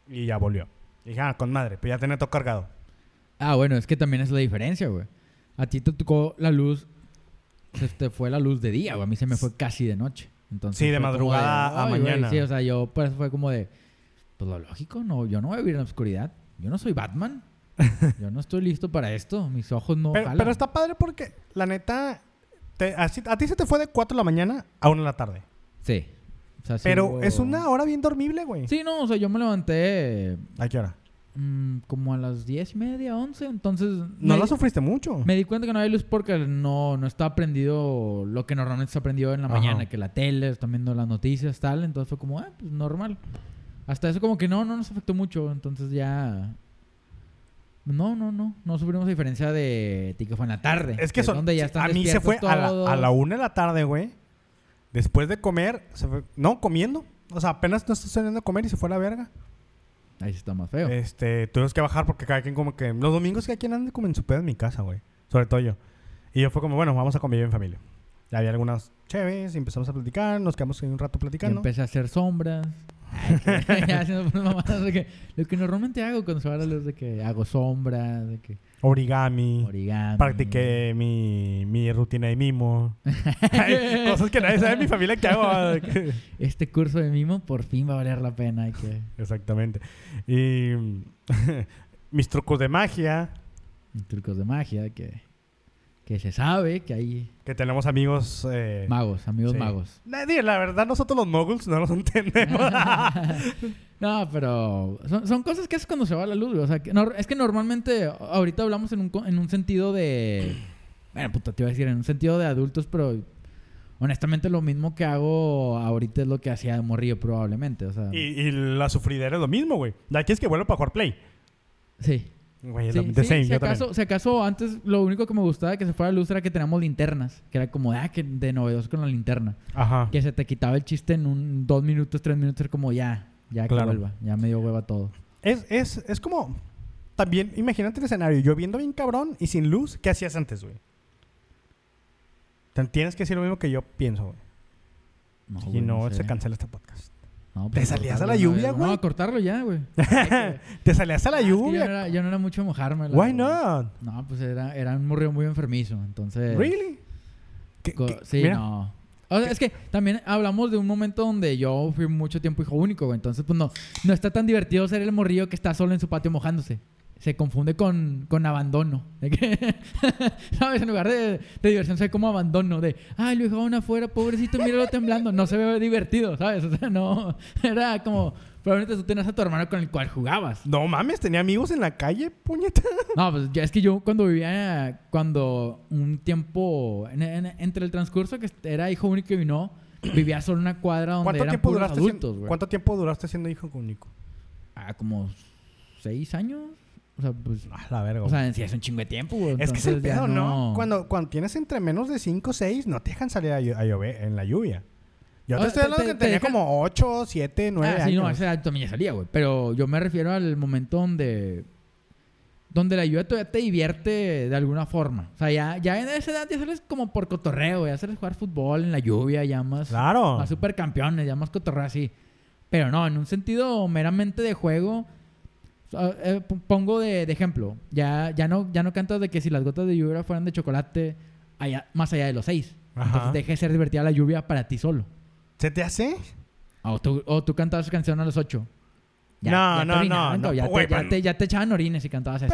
Speaker 1: Y ya volvió. Dije, ah, con madre, pues ya tenía todo cargado.
Speaker 2: Ah, bueno, es que también es la diferencia, güey. A ti te tocó la luz, se te fue la luz de día, güey. A mí se me fue casi de noche. Entonces
Speaker 1: Sí, de
Speaker 2: fue como
Speaker 1: madrugada a
Speaker 2: "Ay, güey",
Speaker 1: mañana.
Speaker 2: Sí, o sea, yo por eso fue como de, pues lo lógico, no, yo no voy a vivir en la oscuridad. Yo no soy Batman. Yo no estoy listo para esto. Mis ojos no
Speaker 1: Pero,
Speaker 2: jalan.
Speaker 1: pero está padre porque, la neta, te- así- a ti se te fue de 4 de la mañana a 1 de la tarde.
Speaker 2: Sí. O sea, sí
Speaker 1: pero
Speaker 2: hubo-
Speaker 1: es una hora bien dormible, güey.
Speaker 2: Sí, no, o sea, yo me levanté
Speaker 1: ¿A qué hora?
Speaker 2: mm, como a las diez y media, once. Entonces...
Speaker 1: No
Speaker 2: me-
Speaker 1: la sufriste mucho.
Speaker 2: Me di cuenta que no había luz porque no, no estaba prendido lo que normalmente se prendido en la
Speaker 1: Ajá.
Speaker 2: mañana, que la tele, están viendo las noticias, tal. Entonces fue como, ah, pues normal. Hasta eso como que no, no nos afectó mucho. Entonces ya... No, no, no. No sufrimos diferencia de ti que fue en la tarde.
Speaker 1: es que
Speaker 2: es
Speaker 1: son-
Speaker 2: donde ya están
Speaker 1: a mí se fue
Speaker 2: despiertos
Speaker 1: a la, a la
Speaker 2: todos.
Speaker 1: 1 de la tarde, güey. Después de comer, se fue- no, comiendo. O sea, apenas no estás saliendo a comer y se fue a la verga.
Speaker 2: Ahí sí está más feo.
Speaker 1: Este, tuvimos que bajar porque cada quien como que... Los domingos cada quien anda como en su pedo en mi casa, güey. Sobre todo yo. Y yo fue como, bueno, vamos a convivir en familia. Y había algunas chéves y empezamos a platicar. Nos quedamos ahí un rato
Speaker 2: Y
Speaker 1: platicando.
Speaker 2: empecé a hacer sombras. Ay, que- ya haciendo unas mamadas de que- lo que normalmente hago cuando se va la luz de que hago sombras, de que
Speaker 1: Origami.
Speaker 2: origami.
Speaker 1: Practiqué mi, mi rutina de mimo. Ay, cosas que nadie sabe en mi familia que hago.
Speaker 2: Este curso de mimo por fin va a valer la pena. hay que...
Speaker 1: Exactamente. Y mis trucos de magia,
Speaker 2: Trucos de magia que, que se sabe que hay
Speaker 1: que tenemos amigos... eh,
Speaker 2: magos, amigos
Speaker 1: sí.
Speaker 2: magos.
Speaker 1: Nadie, la verdad, nosotros los moguls no los entendemos.
Speaker 2: no, pero son, son cosas que haces cuando se va la luz. güey. O sea, que nor- es que normalmente ahorita hablamos en un, co- en un sentido de... Bueno, puta, te iba a decir, en un sentido de adultos, pero honestamente lo mismo que hago ahorita es lo que hacía de morrillo probablemente. O sea,
Speaker 1: y, y la sufridera es lo mismo, güey. De aquí es que vuelvo para jugar Play.
Speaker 2: sí.
Speaker 1: Güey,
Speaker 2: Sí,
Speaker 1: es lo- the
Speaker 2: sí,
Speaker 1: same,
Speaker 2: si,
Speaker 1: yo
Speaker 2: acaso,
Speaker 1: también.
Speaker 2: si acaso antes lo único que me gustaba que se fuera la luz era que teníamos linternas, que era como ah, que de novedoso con la linterna,
Speaker 1: Ajá.
Speaker 2: que se te quitaba el chiste en un dos minutos, tres minutos, era como ya, ya
Speaker 1: Claro.
Speaker 2: que vuelva, ya medio hueva todo.
Speaker 1: Es, es, es como... También, imagínate el escenario, lloviendo bien cabrón y sin luz, ¿qué hacías antes, güey? Tan- Tienes que decir lo mismo que yo pienso, güey.
Speaker 2: No,
Speaker 1: Y
Speaker 2: güey,
Speaker 1: no, se
Speaker 2: sé.
Speaker 1: cancela este podcast.
Speaker 2: No,
Speaker 1: ¿Te
Speaker 2: pues,
Speaker 1: salías a
Speaker 2: cortarlo
Speaker 1: la
Speaker 2: de
Speaker 1: lluvia,
Speaker 2: una vez.
Speaker 1: güey?
Speaker 2: No, cortarlo ya, güey.
Speaker 1: Te salías a
Speaker 2: Ah,
Speaker 1: la
Speaker 2: es que Yo no,
Speaker 1: lluvia.
Speaker 2: era, yo no era mucho de mojarme. la
Speaker 1: Why
Speaker 2: verdad.
Speaker 1: not?
Speaker 2: No, pues era, era un morrión muy enfermizo, entonces...
Speaker 1: Really? ¿Qué-
Speaker 2: Co-
Speaker 1: qué-
Speaker 2: sí,
Speaker 1: mira,
Speaker 2: no. O sea, es que también hablamos de un momento donde yo fui mucho tiempo hijo único, güey. Entonces, pues no, no está tan divertido ser el morrillo que está solo en su patio mojándose. Se confunde con, con abandono. De que- ¿Sabes? En lugar de, de diversión, se ve como abandono. De, ay, lo dejaron afuera, pobrecito, míralo temblando. No se ve divertido, ¿sabes? O sea, no. Era como, probablemente tú tenías a tu hermano con el cual jugabas.
Speaker 1: No mames, tenía amigos en la calle, puñeta.
Speaker 2: No, pues ya es que yo cuando vivía, cuando un tiempo, en- en- entre el transcurso que era hijo único y no, vivía solo en una cuadra donde
Speaker 1: ¿Cuánto
Speaker 2: eran
Speaker 1: tiempo,
Speaker 2: puros
Speaker 1: duraste
Speaker 2: adultos,
Speaker 1: siendo,
Speaker 2: güey.
Speaker 1: ¿Cuánto tiempo duraste siendo hijo único?
Speaker 2: Ah, como seis años. O sea, pues,
Speaker 1: Ah, la verga.
Speaker 2: o sea, sí es un chingo de tiempo, güey.
Speaker 1: es que es el
Speaker 2: Entonces ya
Speaker 1: pedo, ¿no? Cuando, cuando tienes entre menos de 5 o 6, no te dejan salir a, llo- a llover en la lluvia. Yo
Speaker 2: O
Speaker 1: te
Speaker 2: sea,
Speaker 1: estoy
Speaker 2: te-
Speaker 1: hablando
Speaker 2: te-
Speaker 1: que
Speaker 2: te
Speaker 1: tenía
Speaker 2: dejan-
Speaker 1: como 8, 7, 9
Speaker 2: Ah, sí,
Speaker 1: años.
Speaker 2: no, a esa edad también ya salía, güey. Pero yo me refiero al momento donde donde la lluvia todavía te divierte de alguna forma. O sea, ya, ya en esa edad ya sales como por cotorreo, ya sales jugar fútbol en la lluvia, ya más,
Speaker 1: Claro.
Speaker 2: más supercampeones, ya más cotorreo así. Pero no, en un sentido meramente de juego, ah, eh, p- pongo de, de ejemplo, ya, ya, no, ya no cantas de que si las gotas de lluvia fueran de chocolate, allá, más allá de los seis.
Speaker 1: Ajá.
Speaker 2: Entonces deje de ser divertida la lluvia para ti solo.
Speaker 1: ¿Se te hace?
Speaker 2: O tú, o tú cantabas canción a los ocho.
Speaker 1: No,
Speaker 2: te
Speaker 1: no, no,
Speaker 2: orinaban,
Speaker 1: no,
Speaker 2: Ya, te,
Speaker 1: güey,
Speaker 2: ya
Speaker 1: pero-
Speaker 2: te- ya te echaban orines y cantabas eso.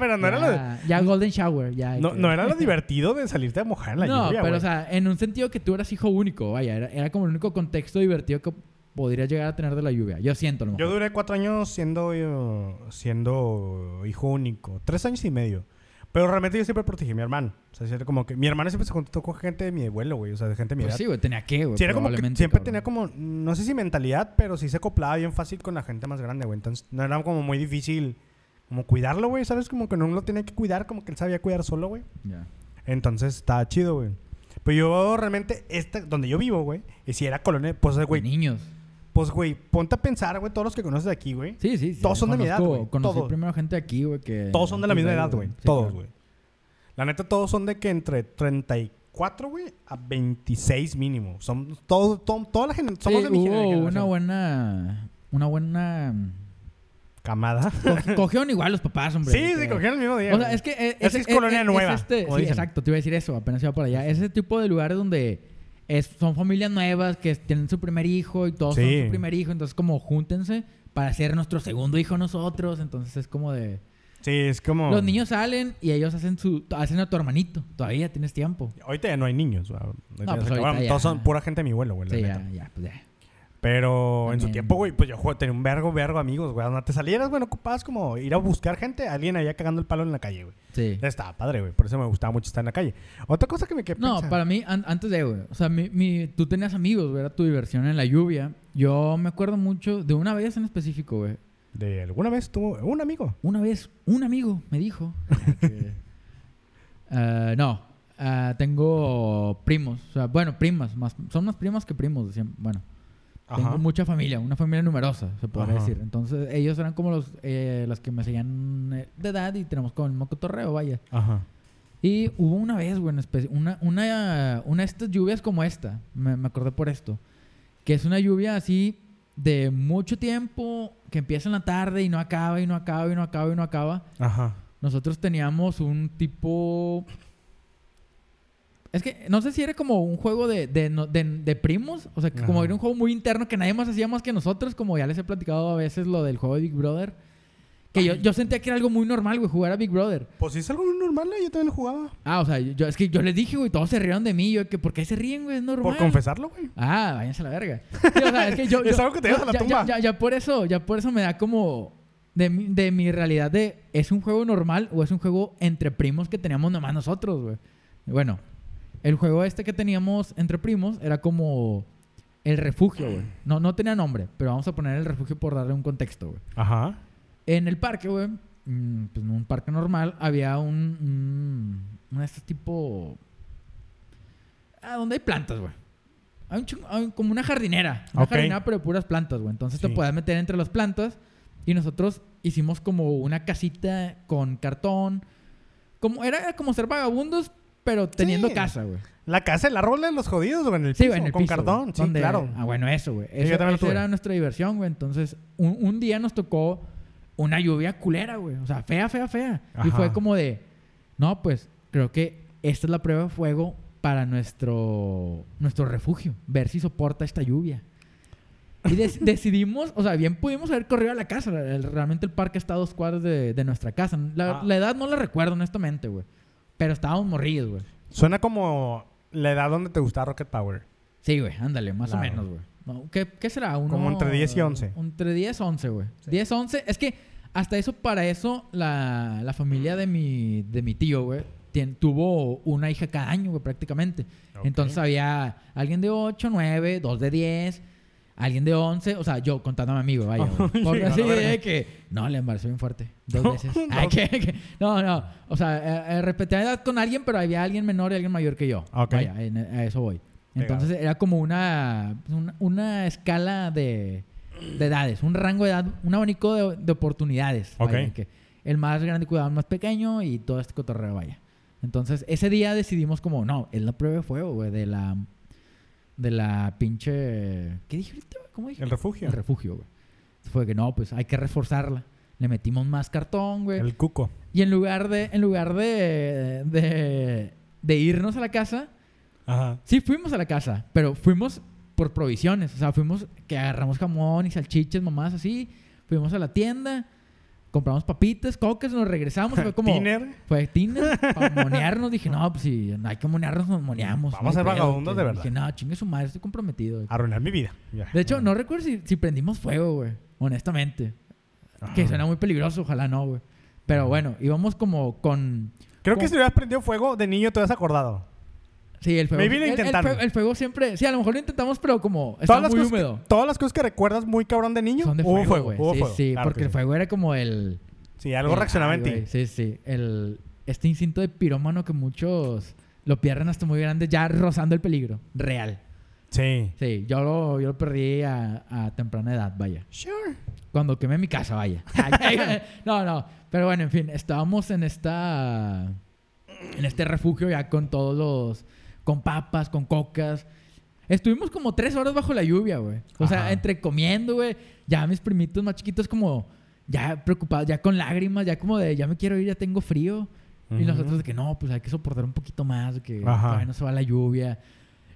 Speaker 1: pero no
Speaker 2: ya,
Speaker 1: era lo,
Speaker 2: ya Golden Shower. Ya, este.
Speaker 1: no,
Speaker 2: que-
Speaker 1: no era lo divertido de salirte a mojar en la
Speaker 2: No,
Speaker 1: lluvia,
Speaker 2: pero
Speaker 1: güey.
Speaker 2: o sea, en un sentido que tú eras hijo único, vaya. Era, era como el único contexto divertido que podrías llegar a tener de la lluvia. Yo siento, a lo
Speaker 1: Yo
Speaker 2: mejor.
Speaker 1: duré cuatro años siendo, eh, siendo hijo único. Tres años y medio. Pero realmente yo siempre protegí a mi hermano. O sea, era como que mi hermano siempre se juntó con gente de mi abuelo, güey. O sea, de gente de mi
Speaker 2: Pues
Speaker 1: edad.
Speaker 2: sí, güey, tenía que, güey.
Speaker 1: Sí, era como que
Speaker 2: probablemente,
Speaker 1: siempre
Speaker 2: cabrón.
Speaker 1: tenía como, no sé si mentalidad, pero sí se acoplaba bien fácil con la gente más grande, güey. Entonces, no era como muy difícil como cuidarlo, güey. ¿Sabes? Como que no lo tenía que cuidar, como que él sabía cuidar solo, güey.
Speaker 2: Ya.
Speaker 1: Entonces, estaba chido, güey. Pero yo realmente, esta, donde yo vivo, güey, y si era colonia, pues,
Speaker 2: De
Speaker 1: güey,
Speaker 2: niños.
Speaker 1: pues, güey, ponte a pensar, güey, todos los que conoces de aquí, güey.
Speaker 2: Sí, sí, sí.
Speaker 1: Todos son de mi edad,
Speaker 2: Conozco-
Speaker 1: güey,
Speaker 2: Conocí
Speaker 1: todos.
Speaker 2: primero gente aquí, güey, que...
Speaker 1: Todos son de la
Speaker 2: antes
Speaker 1: misma
Speaker 2: él,
Speaker 1: edad, güey.
Speaker 2: Sí,
Speaker 1: Todos,
Speaker 2: claro.
Speaker 1: güey. La neta, todos son de que entre 34, güey, a 26 mínimo. Son todos, todo- toda la gente, somos
Speaker 2: Sí,
Speaker 1: de mi gener-
Speaker 2: hubo una
Speaker 1: generación.
Speaker 2: buena... Una buena...
Speaker 1: Camada.
Speaker 2: Co- Cogieron igual los papás, hombre.
Speaker 1: Sí,
Speaker 2: Que-
Speaker 1: se cogieron el mismo día.
Speaker 2: O sea,
Speaker 1: güey.
Speaker 2: es que... eh,
Speaker 1: Es que es colonia nueva,
Speaker 2: este-
Speaker 1: como
Speaker 2: sí,
Speaker 1: dicen.
Speaker 2: exacto. Te iba a decir eso. Apenas iba por allá. Es ese tipo de lugares donde es- son familias nuevas que tienen su primer hijo y todos
Speaker 1: Sí.
Speaker 2: son su primer hijo. Entonces, como júntense para ser nuestro segundo hijo nosotros. Entonces, es como de...
Speaker 1: Sí, es como...
Speaker 2: Los niños salen y ellos hacen su... Hacen a tu hermanito. Todavía tienes tiempo.
Speaker 1: Ahorita ya no hay niños. güey. Ahorita
Speaker 2: No,
Speaker 1: ya
Speaker 2: pues
Speaker 1: se
Speaker 2: ahorita
Speaker 1: acabaron.
Speaker 2: ya.
Speaker 1: Todos son pura gente de mi abuelo, güey. la
Speaker 2: Sí,
Speaker 1: neta.
Speaker 2: ya, ya, pues ya.
Speaker 1: Pero en su
Speaker 2: También.
Speaker 1: tiempo, güey, pues yo jugaba- tenía un vergo, vergo de amigos, güey. Donde te salieras, güey, no ocupabas como ir a buscar gente. Alguien allá cagando el palo en la calle, güey.
Speaker 2: Sí.
Speaker 1: Estaba padre, güey. Por eso me gustaba mucho estar en la calle. Otra cosa que me quedé
Speaker 2: No,
Speaker 1: pensando-
Speaker 2: para mí, an- antes de, güey. O sea, mi, mi- tú tenías amigos, güey. Era tu diversión en la lluvia. Yo me acuerdo mucho de una vez en específico, güey.
Speaker 1: De alguna vez tuvo un amigo.
Speaker 2: Una vez, un amigo me dijo. que- Ah, no, ah, tengo primos. O sea, bueno, primas. Más, son más primas que primos. decían, Bueno, tengo mucha familia, una familia numerosa, se podría
Speaker 1: Ajá.
Speaker 2: decir. Entonces, ellos eran como los, eh, los que me seguían eh, de edad y tenemos como el mismo cotorreo, vaya.
Speaker 1: Ajá.
Speaker 2: Y hubo una vez, güey, en especi- una, una, una de estas lluvias como esta, me, me acordé por esto, que es una lluvia así de mucho tiempo, que empieza en la tarde y no acaba y no acaba y no acaba y no acaba.
Speaker 1: Ajá.
Speaker 2: Nosotros teníamos un tipo... Es que no sé si era como un juego de, de, no- de- de primos, o sea, que como
Speaker 1: Ajá.
Speaker 2: era un juego muy interno que nadie más hacía más que nosotros, como ya les he platicado a veces lo del juego de Big Brother, que yo, yo sentía que era algo muy normal, güey, jugar a Big Brother.
Speaker 1: Pues sí es algo normal, eh, yo también lo jugaba.
Speaker 2: Ah, o sea, yo, es que yo les dije, güey, todos se rieron de mí. Yo, que, ¿por qué se ríen, güey? Es normal.
Speaker 1: Por confesarlo, güey.
Speaker 2: Ah, váyanse a la verga. Sí, o sea, es que yo.
Speaker 1: Es
Speaker 2: yo-
Speaker 1: algo que te llevas a la
Speaker 2: ya- ya-
Speaker 1: tumba.
Speaker 2: Ya, ya por eso, ya por eso me da como. De, mi- de mi realidad de. ¿Es un juego normal o es un juego entre primos que teníamos nomás nosotros, güey? Bueno, el juego este que teníamos entre primos era como. El refugio, güey. No, no tenía nombre, pero vamos a poner el refugio por darle un contexto, güey.
Speaker 1: Ajá.
Speaker 2: En el parque, güey, mm, pues en un parque normal, había un. mm, un este tipo. Ah, donde hay plantas, güey. Hay un chingo- hay un- como una jardinera. Una
Speaker 1: Ok.
Speaker 2: jardinera, pero de puras plantas, güey. Entonces
Speaker 1: Sí.
Speaker 2: te podías meter entre las plantas. Y nosotros hicimos como una casita con cartón. Como, era, era como ser vagabundos, pero teniendo
Speaker 1: Sí.
Speaker 2: casa, güey.
Speaker 1: La casa, el árbol de los jodidos, güey, en el
Speaker 2: Sí,
Speaker 1: piso,
Speaker 2: güey, en el
Speaker 1: con
Speaker 2: piso,
Speaker 1: cartón.
Speaker 2: güey,
Speaker 1: Sí,
Speaker 2: donde-
Speaker 1: claro.
Speaker 2: Ah, bueno, eso, güey.
Speaker 1: yo
Speaker 2: Eso,
Speaker 1: también lo
Speaker 2: esa
Speaker 1: tuve.
Speaker 2: era nuestra diversión, güey. Entonces, un, un día nos tocó una lluvia culera, güey. O sea, fea, fea, fea. Y
Speaker 1: Ajá.
Speaker 2: fue como de, no, pues, creo que esta es la prueba de fuego para nuestro, nuestro refugio. Ver si soporta esta lluvia. Y dec- decidimos, o sea, bien pudimos haber corrido a la casa. El- realmente el parque está a dos cuadras de, de nuestra casa. La,
Speaker 1: Ah.
Speaker 2: la edad no la recuerdo, honestamente, güey. Pero estábamos morridos, güey.
Speaker 1: Suena como la edad donde te gustaba Rocket Power.
Speaker 2: Sí, güey, ándale, más
Speaker 1: Claro.
Speaker 2: o menos, güey. No, ¿qué, qué será? Uno-
Speaker 1: Como entre 10 y 11.
Speaker 2: Entre 10 y 11, güey.
Speaker 1: Sí.
Speaker 2: 10, 11. Es que hasta eso, para eso, la, la familia de mi, de mi tío, güey, tien- tuvo una hija cada año, güey, prácticamente.
Speaker 1: Ok.
Speaker 2: Entonces había alguien de 8, 9, dos de 10, alguien de 11. O sea, yo contando a mi amigo, vaya. güey. Porque
Speaker 1: Sí, a la
Speaker 2: así de
Speaker 1: verga.
Speaker 2: que, no, le embarazó bien fuerte. Dos
Speaker 1: No,
Speaker 2: veces.
Speaker 1: no.
Speaker 2: Ay, que- que- no, no. O sea, eh, eh, repetía edad con alguien, pero había alguien menor y alguien mayor que yo.
Speaker 1: Ok.
Speaker 2: Vaya, en- eh, a eso voy.
Speaker 1: Pegado.
Speaker 2: Entonces era como una, una, una escala de, de edades, un rango de edad, un abanico de, de oportunidades.
Speaker 1: Ok.
Speaker 2: vaya, que- el más grande cuidaba al más pequeño y todo este cotorreo, vaya. Entonces, ese día decidimos como, no, es la prueba de fuego, güey, de la... De la pinche... ¿Qué dije ahorita? güey? ¿Cómo dije?
Speaker 1: El refugio.
Speaker 2: El refugio, güey. Fue que no, pues hay que reforzarla. Le metimos más cartón, güey.
Speaker 1: El cuco.
Speaker 2: Y en lugar de... En lugar de, de... De irnos a la casa,
Speaker 1: Ajá.
Speaker 2: Sí, fuimos a la casa, pero fuimos por provisiones. O sea, fuimos que agarramos jamón y salchichas, mamás así. Fuimos a la tienda, compramos papitas, coques, nos regresamos. pues, Fue como.
Speaker 1: Tiner.
Speaker 2: Fue Tiner. Para monearnos, dije, no, pues si no hay que monearnos, nos moneamos.
Speaker 1: Vamos
Speaker 2: no
Speaker 1: a
Speaker 2: hay
Speaker 1: ser
Speaker 2: pedo".
Speaker 1: vagabundos de verdad.
Speaker 2: Dije, no, chingue su madre, estoy comprometido.
Speaker 1: Arruinar mi vida. Ya.
Speaker 2: De hecho, no recuerdo si, si prendimos fuego, güey. Honestamente. Que suena muy peligroso, ojalá no, güey. Pero bueno, íbamos como con.
Speaker 1: Creo que si hubieras prendido fuego de niño te hubieras acordado.
Speaker 2: Sí, el fuego.
Speaker 1: Maybe lo
Speaker 2: el- el
Speaker 1: intentaron.
Speaker 2: fuego- El, fuego siempre. Sí, a lo mejor lo intentamos, pero como. Está muy
Speaker 1: cosas
Speaker 2: húmedo.
Speaker 1: Que, todas las cosas que recuerdas muy cabrón de niño.
Speaker 2: Son de
Speaker 1: hubo
Speaker 2: fuego,
Speaker 1: fuego.
Speaker 2: güey.
Speaker 1: hubo
Speaker 2: sí,
Speaker 1: fuego.
Speaker 2: sí,
Speaker 1: Claro
Speaker 2: porque
Speaker 1: que
Speaker 2: el
Speaker 1: sí.
Speaker 2: fuego era como el...
Speaker 1: Sí, algo
Speaker 2: el-
Speaker 1: reaccionaba en
Speaker 2: ay, güey,
Speaker 1: ti.
Speaker 2: Sí, sí. El, este instinto de pirómano que muchos lo pierden hasta muy grande ya rozando el peligro. Real.
Speaker 1: Sí.
Speaker 2: Sí, yo lo, yo lo perdí a, a temprana edad, vaya.
Speaker 1: Sure.
Speaker 2: Cuando quemé mi casa, vaya. no, no. Pero bueno, en fin, estábamos en esta... En este refugio ya con todos los... Con papas, con cocas. Estuvimos como tres horas bajo la lluvia, güey. O
Speaker 1: Ajá.
Speaker 2: sea, entre comiendo, güey. Ya mis primitos más chiquitos como... Ya preocupados, ya con lágrimas, ya como de... Ya me quiero ir, ya tengo frío. Y nosotros de que no, pues hay que soportar un poquito más, de que
Speaker 1: Ajá.
Speaker 2: todavía no se va la lluvia.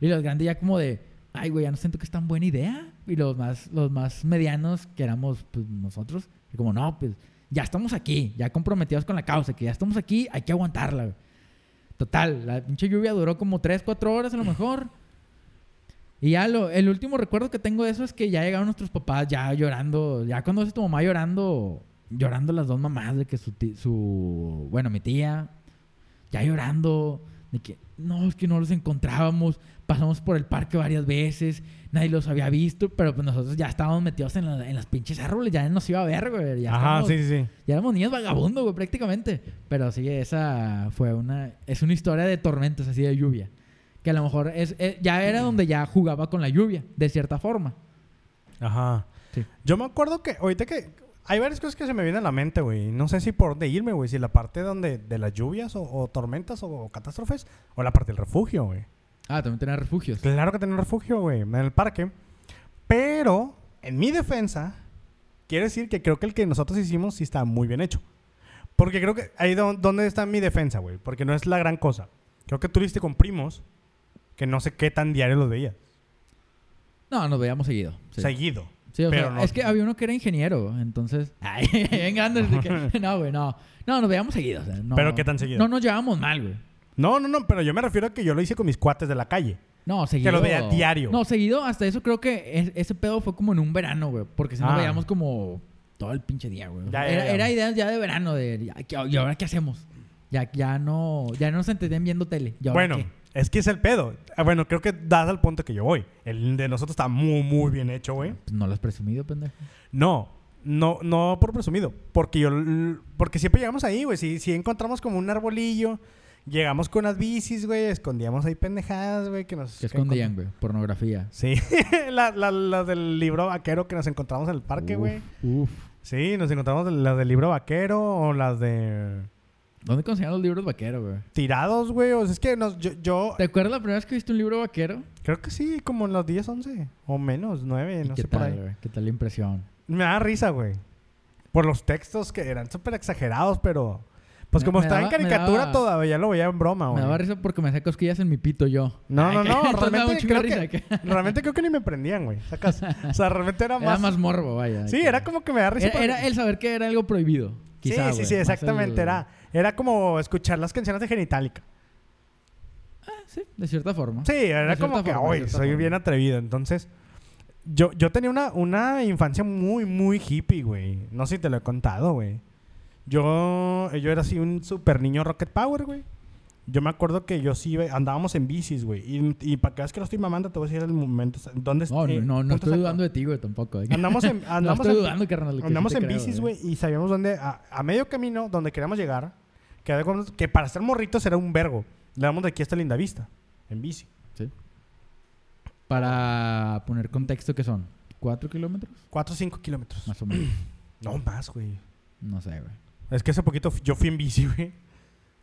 Speaker 2: Y los grandes ya como de, ay, güey, ya no siento que es tan buena idea. Y los más, los más medianos, que éramos pues, nosotros, y como no, pues ya estamos aquí, ya comprometidos con la causa, que ya estamos aquí, hay que aguantarla. güey". Total, la pinche lluvia duró como 3, 4 horas a lo mejor. Y ya lo, el último recuerdo que tengo de eso es que ya llegaron nuestros papás ya llorando, ya cuando es tu mamá llorando, llorando las dos mamás de que su, ti- su bueno, mi tía, ya llorando, de que no, es que no los encontrábamos, pasamos por el parque varias veces, nadie los había visto, pero pues nosotros ya estábamos metidos en, la- en las pinches árboles, ya nos iba a ver, güey. Ya
Speaker 1: Ajá,
Speaker 2: estábamos-
Speaker 1: sí, sí, sí.
Speaker 2: ya éramos niños vagabundos, güey, prácticamente. Pero sí, esa fue una... Es una historia de tormentas, así de lluvia. Que a lo mejor es, eh, ya
Speaker 1: Mm.
Speaker 2: era donde ya jugaba con la lluvia, de cierta forma.
Speaker 1: Ajá.
Speaker 2: Sí.
Speaker 1: Yo me acuerdo que ahorita que hay varias cosas que se me vienen a la mente, güey. No sé si por dónde irme, güey. Si la parte donde de las lluvias o, o tormentas o, o catástrofes o la parte del refugio, güey.
Speaker 2: Ah, también tenía refugios.
Speaker 1: Claro que tenía un refugio, güey, en el parque. Pero, en mi defensa, quiero decir que creo que el que nosotros hicimos sí está muy bien hecho. Porque creo que ahí don- donde está mi defensa, güey. Porque no es la gran cosa. Creo que tú lo hiciste con primos que no sé qué tan diario los veías.
Speaker 2: No, nos veíamos seguido. Sí,
Speaker 1: Seguido.
Speaker 2: Sí, o
Speaker 1: pero
Speaker 2: sea,
Speaker 1: no-
Speaker 2: es que había uno que era ingeniero, entonces... Ay, bien grande, de que- no, güey, no. No, nos veíamos seguido. o sea, no-
Speaker 1: ¿Pero qué tan seguido?
Speaker 2: No nos llevábamos mal, güey.
Speaker 1: No, no, no, pero yo me refiero a que yo lo hice con mis cuates de la calle.
Speaker 2: No, seguido.
Speaker 1: lo veía diario.
Speaker 2: No, seguido, hasta eso creo que es- ese pedo fue como en un verano, güey. Porque si no
Speaker 1: Ah.
Speaker 2: veíamos como todo el pinche día, güey.
Speaker 1: Ya, ya,
Speaker 2: era,
Speaker 1: ya.
Speaker 2: era idea ya de verano, de ya, ¿qué- ¿y ahora qué hacemos? Ya, ya no, ya no nos entendían viendo tele. ¿Y ahora
Speaker 1: Bueno,
Speaker 2: qué?
Speaker 1: es que es el pedo. Ah, Bueno, creo que das al punto que yo voy. El de nosotros está muy, muy bien hecho, güey.
Speaker 2: Pues no lo has presumido, pendejo.
Speaker 1: No, no, no por presumido. Porque yo, l- porque siempre llegamos ahí, güey. Si, si encontramos como un arbolillo, llegamos con las bicis, güey. Escondíamos ahí pendejadas, güey. Que nos.
Speaker 2: ¿Qué
Speaker 1: que
Speaker 2: escondían,
Speaker 1: encont-
Speaker 2: güey? Pornografía.
Speaker 1: Sí, las la, la del libro vaquero que nos encontramos en el parque,
Speaker 2: Uf,
Speaker 1: güey.
Speaker 2: Uf.
Speaker 1: Sí, nos encontramos las del libro vaquero o las de
Speaker 2: ¿Dónde conseguían los libros vaqueros, güey?
Speaker 1: tirados, güey. O sea, es que nos, yo, yo
Speaker 2: ¿Te acuerdas la primera vez que viste un libro vaquero?
Speaker 1: creo que sí, como en los 10, 11 o menos, 9,
Speaker 2: ¿Y
Speaker 1: no
Speaker 2: qué
Speaker 1: sé por
Speaker 2: tal,
Speaker 1: ahí.
Speaker 2: güey? ¿Qué tal la impresión?
Speaker 1: Me da risa, güey. Por los textos que eran súper exagerados, pero. Pues
Speaker 2: Me-
Speaker 1: como
Speaker 2: me
Speaker 1: estaba
Speaker 2: daba-
Speaker 1: en
Speaker 2: me
Speaker 1: caricatura
Speaker 2: daba-
Speaker 1: todavía lo veía en broma,
Speaker 2: Me
Speaker 1: güey.
Speaker 2: daba risa porque me hacía cosquillas en mi pito yo.
Speaker 1: No,
Speaker 2: Ay,
Speaker 1: no,
Speaker 2: que-
Speaker 1: no.
Speaker 2: entonces me daba un
Speaker 1: Realmente
Speaker 2: chingo de
Speaker 1: creo, que,
Speaker 2: risa, que-
Speaker 1: realmente creo que ni me prendían, güey. Sacas. O sea, realmente era más.
Speaker 2: Era más morbo, vaya.
Speaker 1: sí,
Speaker 2: que-
Speaker 1: era como que me da risa.
Speaker 2: Era,
Speaker 1: porque-
Speaker 2: era el saber que era algo prohibido.
Speaker 1: sí,
Speaker 2: quizá,
Speaker 1: sí,
Speaker 2: güey.
Speaker 1: sí,
Speaker 2: Más
Speaker 1: exactamente.
Speaker 2: el-
Speaker 1: Era, era como escuchar las canciones de Genitalica.
Speaker 2: Ah, sí, de cierta forma.
Speaker 1: Sí, era
Speaker 2: De cierta
Speaker 1: como que,
Speaker 2: forma, de
Speaker 1: hoy
Speaker 2: cierta
Speaker 1: soy
Speaker 2: forma".
Speaker 1: bien atrevido. Entonces, yo, yo tenía una, una infancia muy, muy hippie, güey. No sé si te lo he contado, güey. Yo, yo era así un super niño Rocket Power, güey. Yo me acuerdo que yo sí ve- andábamos en bicis, güey. Y, y para que veas que no estoy mamando, te voy a decir el momento. sa- ¿Dónde
Speaker 2: No,
Speaker 1: eh,
Speaker 2: no, no,
Speaker 1: punto
Speaker 2: no estoy
Speaker 1: exacto.
Speaker 2: dudando de ti, güey, tampoco. eh.
Speaker 1: Andamos en,
Speaker 2: no
Speaker 1: andamos
Speaker 2: estoy
Speaker 1: en,
Speaker 2: dudando, carnal. que sí
Speaker 1: andamos
Speaker 2: te
Speaker 1: en
Speaker 2: creo, eh.
Speaker 1: bicis, güey, y sabíamos dónde, a, a medio camino, donde queríamos llegar, que, haz de cuenta que para ser morritos era un vergo. Le damos de aquí hasta Linda Vista, en bici.
Speaker 2: Sí. Para poner contexto, ¿qué son? ¿Cuatro kilómetros?
Speaker 1: 4 o 5 kilómetros.
Speaker 2: Más o menos.
Speaker 1: No más, güey.
Speaker 2: No sé, güey.
Speaker 1: Es que hace poquito f- yo fui en bici, güey.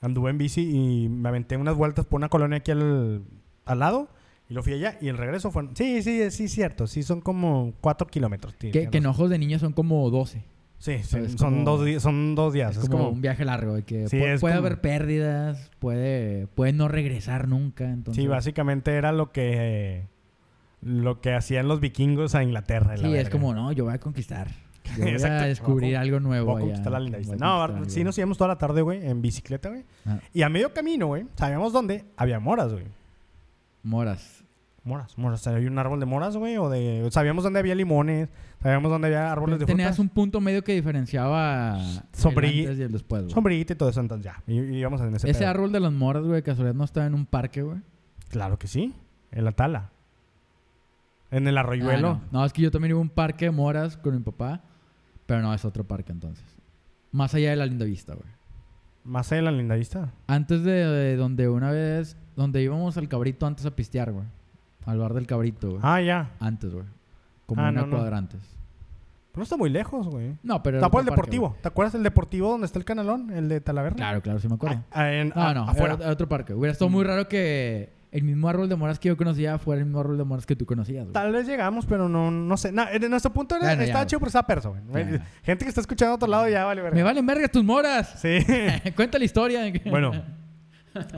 Speaker 1: Anduve en bici y me aventé unas vueltas por una colonia aquí al, al lado. Y lo fui allá y el regreso fue... Sí, sí, sí, cierto. Sí, son como cuatro kilómetros. sí,
Speaker 2: Que, que en
Speaker 1: tienes razón.
Speaker 2: ojos de niños son como 12.
Speaker 1: Sí, sí,
Speaker 2: es
Speaker 1: son,
Speaker 2: como-
Speaker 1: dos di- son dos días.
Speaker 2: Es, como, un viaje largo. de que
Speaker 1: Sí,
Speaker 2: pu-
Speaker 1: es
Speaker 2: puede
Speaker 1: como-
Speaker 2: haber pérdidas, puede, puede no regresar nunca. Entonces,
Speaker 1: Sí, básicamente era lo que... Lo que hacían los vikingos a Inglaterra.
Speaker 2: Sí, es como, no, yo voy a conquistar. Yo voy
Speaker 1: Exacto,
Speaker 2: a descubrir
Speaker 1: voy a-
Speaker 2: algo nuevo.
Speaker 1: Poco
Speaker 2: allá,
Speaker 1: está la linda
Speaker 2: voy a
Speaker 1: vista. No,
Speaker 2: conquistar algo.
Speaker 1: sí nos íbamos toda la tarde, güey, en bicicleta, güey.
Speaker 2: Ah.
Speaker 1: Y a medio camino, güey, sabíamos dónde, había moras, güey.
Speaker 2: Moras.
Speaker 1: Moras, moras. Había un árbol de moras, güey, o de... Sabíamos dónde había limones, sabíamos dónde había árboles de
Speaker 2: Tenías
Speaker 1: frutas.
Speaker 2: un punto medio que diferenciaba
Speaker 1: Sombrí-
Speaker 2: el antes y el después, güey.
Speaker 1: Sombrillita y todo eso, entonces ya. Y, y íbamos en ese,
Speaker 2: Ese
Speaker 1: pedo.
Speaker 2: árbol de las moras, güey, de casualidad no estaba en un parque, güey.
Speaker 1: Claro que sí, en la tala. En el arroyuelo.
Speaker 2: Ah, no. No, es que yo también iba a un parque de moras con mi papá, pero no, es otro parque entonces. Más allá de la linda vista, güey.
Speaker 1: Más allá de la linda vista.
Speaker 2: Antes de, de donde una vez, donde íbamos al cabrito antes a pistear, güey. Al bar del cabrito, güey.
Speaker 1: Ah, ya.
Speaker 2: Antes, güey. Como
Speaker 1: Ah,
Speaker 2: una
Speaker 1: no, no.
Speaker 2: cuadra antes.
Speaker 1: Pero no está muy lejos, güey.
Speaker 2: No, pero. era
Speaker 1: Está por el
Speaker 2: otro parque,
Speaker 1: deportivo. ¿Te acuerdas del deportivo donde está el canalón? El de Talaverna.
Speaker 2: güey. Claro, claro, sí me acuerdo.
Speaker 1: Ah, ah, en-
Speaker 2: No,
Speaker 1: ah,
Speaker 2: no, era-
Speaker 1: afuera. Mm.
Speaker 2: era otro parque. Hubiera estado muy raro que el mismo árbol de moras que yo conocía fuera el mismo árbol de moras que tú conocías, güey.
Speaker 1: Tal vez llegamos, pero no, no sé. Na- en nuestro punto era,
Speaker 2: Bueno, ya,
Speaker 1: estaba
Speaker 2: güey.
Speaker 1: chido, pero estaba perso, güey.
Speaker 2: Ya, ya.
Speaker 1: Gente que está escuchando a otro lado ya vale verga.
Speaker 2: Me valen vergas tus moras.
Speaker 1: Sí.
Speaker 2: Cuenta la historia.
Speaker 1: bueno.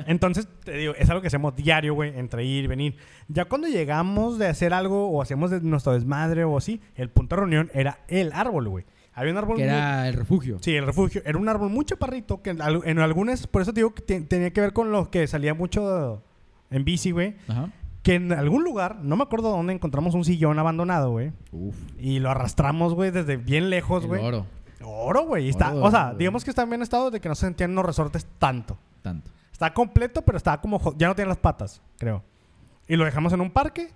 Speaker 1: Entonces, te digo, es algo que hacemos diario, güey, entre ir, venir. Ya cuando llegamos de hacer algo o hacemos de- nuestro desmadre o así, el punto de reunión era el árbol, güey. Había un árbol...
Speaker 2: que
Speaker 1: muy-
Speaker 2: era el refugio.
Speaker 1: pues, Sí, el refugio. Era un árbol muy chaparrito que en, al- en algunas... Por eso te digo que te- tenía que ver con lo que salía mucho en bici, güey.
Speaker 2: Ajá.
Speaker 1: Que en algún lugar, no me acuerdo dónde, encontramos un sillón abandonado, güey.
Speaker 2: Uf.
Speaker 1: Y lo arrastramos, güey, desde bien lejos,
Speaker 2: el
Speaker 1: Pues, güey.
Speaker 2: oro,
Speaker 1: Oro, güey. y Está,
Speaker 2: Oro,
Speaker 1: o sea,
Speaker 2: güey.
Speaker 1: digamos que está en bien estado de que no se sentían los resortes tanto.
Speaker 2: tanto.
Speaker 1: Está completo, pero está como... jo- Ya no tiene las patas, creo. Y lo dejamos en un parque.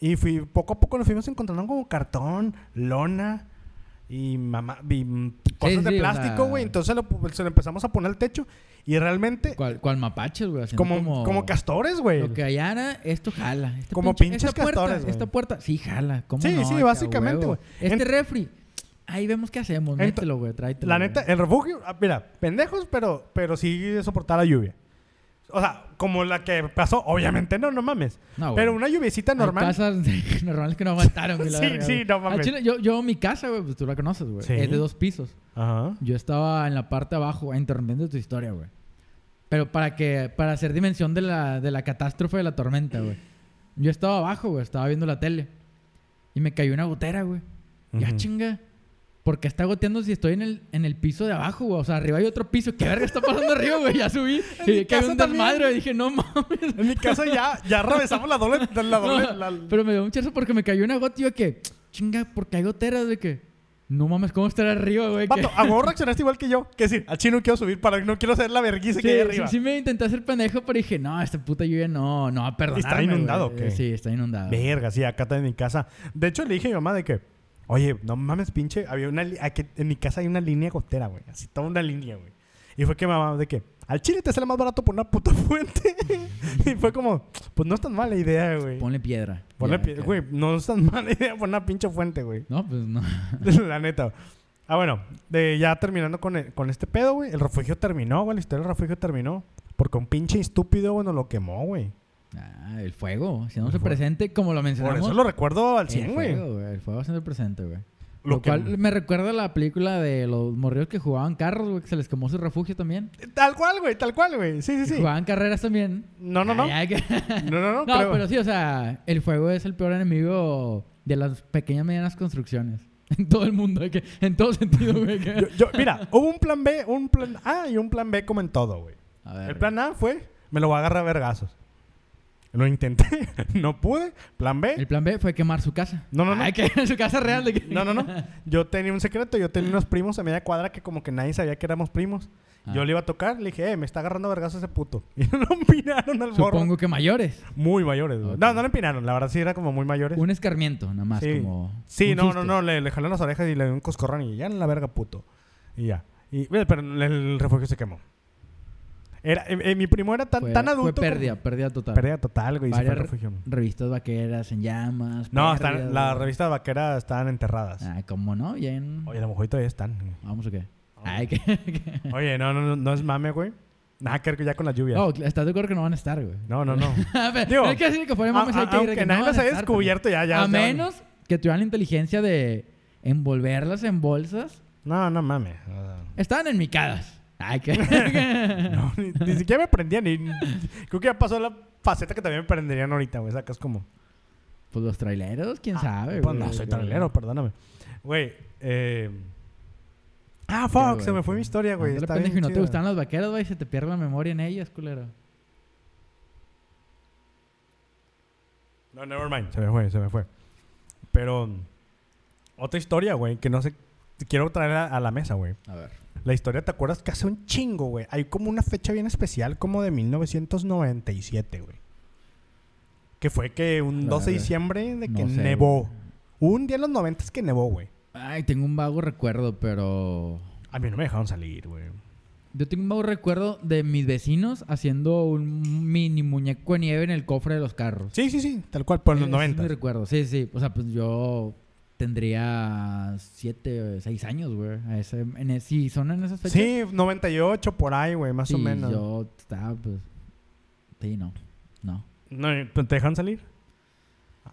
Speaker 1: Y fui, poco a poco nos fuimos encontrando como cartón, lona y, mamá, y mm, cosas
Speaker 2: Sí,
Speaker 1: de
Speaker 2: sí, o
Speaker 1: plástico,
Speaker 2: sea-
Speaker 1: güey. Entonces lo pu- se lo empezamos a poner al techo. Y realmente,
Speaker 2: ¿Cuál, cuál mapaches, güey? haciendo
Speaker 1: como, como, castores, güey.
Speaker 2: Lo que hallara, esto jala. Este
Speaker 1: Como
Speaker 2: pinche-
Speaker 1: pinches
Speaker 2: esta puerta,
Speaker 1: castores, güey.
Speaker 2: Esta puerta, sí, jala. ¿Cómo
Speaker 1: Sí,
Speaker 2: no?
Speaker 1: sí,
Speaker 2: Acá,
Speaker 1: básicamente,
Speaker 2: huevo.
Speaker 1: güey.
Speaker 2: Este
Speaker 1: Ent-
Speaker 2: refri, ahí vemos qué hacemos.
Speaker 1: Ent-
Speaker 2: Mételo, güey, tráetelo.
Speaker 1: La
Speaker 2: güey.
Speaker 1: neta, el refugio, ah, mira, pendejos, pero, pero sí de soportar la lluvia. O sea, como la que pasó, obviamente no, no mames.
Speaker 2: No, güey.
Speaker 1: pero una lluviecita
Speaker 2: Ah, Hay
Speaker 1: normal.
Speaker 2: casas normales que no aguantaron. güey, la
Speaker 1: Sí,
Speaker 2: verga,
Speaker 1: sí,
Speaker 2: güey.
Speaker 1: no mames.
Speaker 2: Al chile, yo, yo, mi casa, güey, pues tú la conoces, güey.
Speaker 1: Sí.
Speaker 2: Es de dos pisos.
Speaker 1: Ajá.
Speaker 2: Yo estaba en la parte de abajo, interrumpiendo tu historia, güey. Pero para que, para hacer dimensión de la, de la catástrofe de la tormenta, güey. Yo estaba abajo, güey, estaba viendo la tele. Y me cayó una gotera, güey. Ya
Speaker 1: Ujú.
Speaker 2: chinga. ¿Por qué está goteando si estoy en el, en el piso de abajo, güey? O sea, arriba hay otro piso. ¿Qué verga está pasando arriba, güey? Ya subí.
Speaker 1: mi
Speaker 2: Y cayó
Speaker 1: casa
Speaker 2: un
Speaker 1: también.
Speaker 2: desmadre. Y dije, no mames.
Speaker 1: En mi casa ya, ya atravesamos la doble. La doble
Speaker 2: No,
Speaker 1: la-
Speaker 2: Pero me dio un chazo porque me cayó una gota y yo que, chinga, porque hay goteras de que, no mames, ¿cómo estar arriba, güey? Que-
Speaker 1: Vato, a huevo reaccionaste igual que yo. Que decir, al chino quiero subir para no quiero hacer la vergüenza
Speaker 2: Sí,
Speaker 1: que hay
Speaker 2: sí,
Speaker 1: arriba.
Speaker 2: sí me intenté hacer pendejo, pero dije, no, esta puta lluvia no, no va a perdonar.
Speaker 1: inundado o qué?
Speaker 2: Sí, está inundado.
Speaker 1: Verga, sí, acá está en mi casa. De hecho, le dije a mi mamá de que, oye, no mames, pinche, había una li- aquí en mi casa hay una línea gotera, güey. Así, toda una línea, güey. Y fue que mi mamá, de que, al chile te sale más barato por una puta fuente. y fue como, pues no es tan mala idea, güey.
Speaker 2: Ponle piedra.
Speaker 1: Ponle
Speaker 2: Ya,
Speaker 1: pie-
Speaker 2: que-
Speaker 1: güey, no es tan mala idea por una pinche fuente, güey.
Speaker 2: No, pues no.
Speaker 1: La neta. Ah, bueno, de- ya terminando con, el- con este pedo, güey. El refugio terminó, güey. La historia del refugio terminó. Porque un pinche estúpido, güey, nos lo quemó, güey.
Speaker 2: Ah, el fuego, haciéndose
Speaker 1: El fuego.
Speaker 2: presente, como lo
Speaker 1: Por
Speaker 2: mencionamos.
Speaker 1: eso lo recuerdo al
Speaker 2: el
Speaker 1: 100, güey.
Speaker 2: fuego, güey. El fuego haciendo presente, güey.
Speaker 1: Lo
Speaker 2: Lo,
Speaker 1: que-
Speaker 2: cual me recuerda a la película de los morrillos que jugaban carros, güey, que se les quemó su refugio también.
Speaker 1: Tal cual, güey, tal cual, güey. Sí, sí,
Speaker 2: Que
Speaker 1: sí.
Speaker 2: Jugaban carreras también.
Speaker 1: No, no, no.
Speaker 2: Ay, ay, que-
Speaker 1: No, no, no.
Speaker 2: No,
Speaker 1: creo-
Speaker 2: pero sí, o sea, el fuego es el peor enemigo de las pequeñas medianas construcciones. En todo el mundo, de que- en todo sentido, güey. que-
Speaker 1: Yo- yo- mira, hubo un plan B, un plan A y un plan B como en todo, güey.
Speaker 2: A ver,
Speaker 1: El plan A fue, me lo voy a agarrar a vergazos. Lo intenté, no pude. Plan B,
Speaker 2: el plan B fue quemar su casa.
Speaker 1: No, no, no.
Speaker 2: Ay, que su casa real. de que-
Speaker 1: no, no, no. Yo tenía un secreto, yo tenía unos primos a media cuadra que como que nadie sabía que éramos primos.
Speaker 2: Ah.
Speaker 1: Yo le iba a tocar, le dije, eh, me está agarrando a vergazos ese puto. Y no lo empinaron al borro.
Speaker 2: Supongo que mayores.
Speaker 1: Muy mayores, güey.
Speaker 2: Ok.
Speaker 1: No, no lo empinaron, la verdad sí era como muy mayores.
Speaker 2: Un escarmiento, nada más,
Speaker 1: Sí.
Speaker 2: como...
Speaker 1: Sí,
Speaker 2: un
Speaker 1: no,
Speaker 2: susto.
Speaker 1: no, no, le, le jaló las orejas y le dio un coscorrón y ya en la verga, puto. Y ya. Y, mira, pero el, el refugio se quemó. Era, eh, eh, mi primo era tan,
Speaker 2: Fue-
Speaker 1: tan adulto.
Speaker 2: Fue pérdida,
Speaker 1: como-
Speaker 2: pérdida total.
Speaker 1: Pérdida total, güey. y se fue al
Speaker 2: Varias
Speaker 1: refugio.
Speaker 2: Revistas vaqueras en llamas.
Speaker 1: No,
Speaker 2: pérdidas,
Speaker 1: están, las
Speaker 2: güey.
Speaker 1: revistas vaqueras estaban enterradas.
Speaker 2: Ah, ¿cómo no? Bien.
Speaker 1: Oye, a lo mejor todavía están.
Speaker 2: ¿Vamos o qué? Ay, que- que-
Speaker 1: Oye, no, no, no, no es mame, güey. Nada que ver ya con las lluvias.
Speaker 2: No, estás de acuerdo que no van a estar, güey.
Speaker 1: No, no, no.
Speaker 2: A ver,
Speaker 1: Digo,
Speaker 2: no hay que decir que fuera mames,
Speaker 1: A-
Speaker 2: hay
Speaker 1: a-
Speaker 2: que ir de
Speaker 1: aunque
Speaker 2: que
Speaker 1: nadie
Speaker 2: no
Speaker 1: las
Speaker 2: van
Speaker 1: haya
Speaker 2: a estar,
Speaker 1: descubierto, ya, ya.
Speaker 2: a
Speaker 1: ya van.
Speaker 2: menos que tuvieran la inteligencia de envolverlas en bolsas.
Speaker 1: No, no mames. O sea,
Speaker 2: Estaban enmicadas. Ay, que... que-
Speaker 1: no, ni, ni siquiera me prendían. ni- ni- creo que ya pasó la faceta que también me prenderían ahorita, güey. Sacas como.
Speaker 2: pues los traileros, quién
Speaker 1: Ah,
Speaker 2: sabe,
Speaker 1: Pues
Speaker 2: güey.
Speaker 1: no, soy
Speaker 2: Pero-
Speaker 1: trailero, perdóname. Güey, eh. Ah,
Speaker 2: Pero,
Speaker 1: fuck, se me fue mi historia, güey.
Speaker 2: ándale,
Speaker 1: Está
Speaker 2: pendejo,
Speaker 1: bien
Speaker 2: y no te
Speaker 1: chida.
Speaker 2: gustaban las vaqueras, güey. Se te pierde la memoria en ellas, culero.
Speaker 1: No, never mind. Se me fue, se me fue. Pero. mm, Otra historia, güey, que no sé. te Quiero traer a, a la mesa, güey.
Speaker 2: A ver.
Speaker 1: La historia, ¿te acuerdas que hace un chingo, güey? Hay como una fecha bien especial, como de 1997, güey. Que fue que un
Speaker 2: La
Speaker 1: 12 de
Speaker 2: verga.
Speaker 1: diciembre de
Speaker 2: No
Speaker 1: que
Speaker 2: sé, güey.
Speaker 1: nevó. Un día en los 90 que nevó, güey.
Speaker 2: Ay, tengo un vago recuerdo, pero...
Speaker 1: A mí no me dejaron salir, güey.
Speaker 2: Yo tengo un vago recuerdo de mis vecinos haciendo un mini muñeco de nieve en el cofre de los carros.
Speaker 1: Sí, sí, sí, tal cual, por los
Speaker 2: Ese es
Speaker 1: 90.
Speaker 2: mi recuerdo, sí, sí. O sea, pues yo tendría siete, seis años, güey. a ese- en e- sí, son en esas fechas.
Speaker 1: Sí, 98 por ahí, güey, más
Speaker 2: Sí,
Speaker 1: o menos.
Speaker 2: Yo estaba, pues. Sí, no. No.
Speaker 1: No, eh, ¿Te dejaron salir?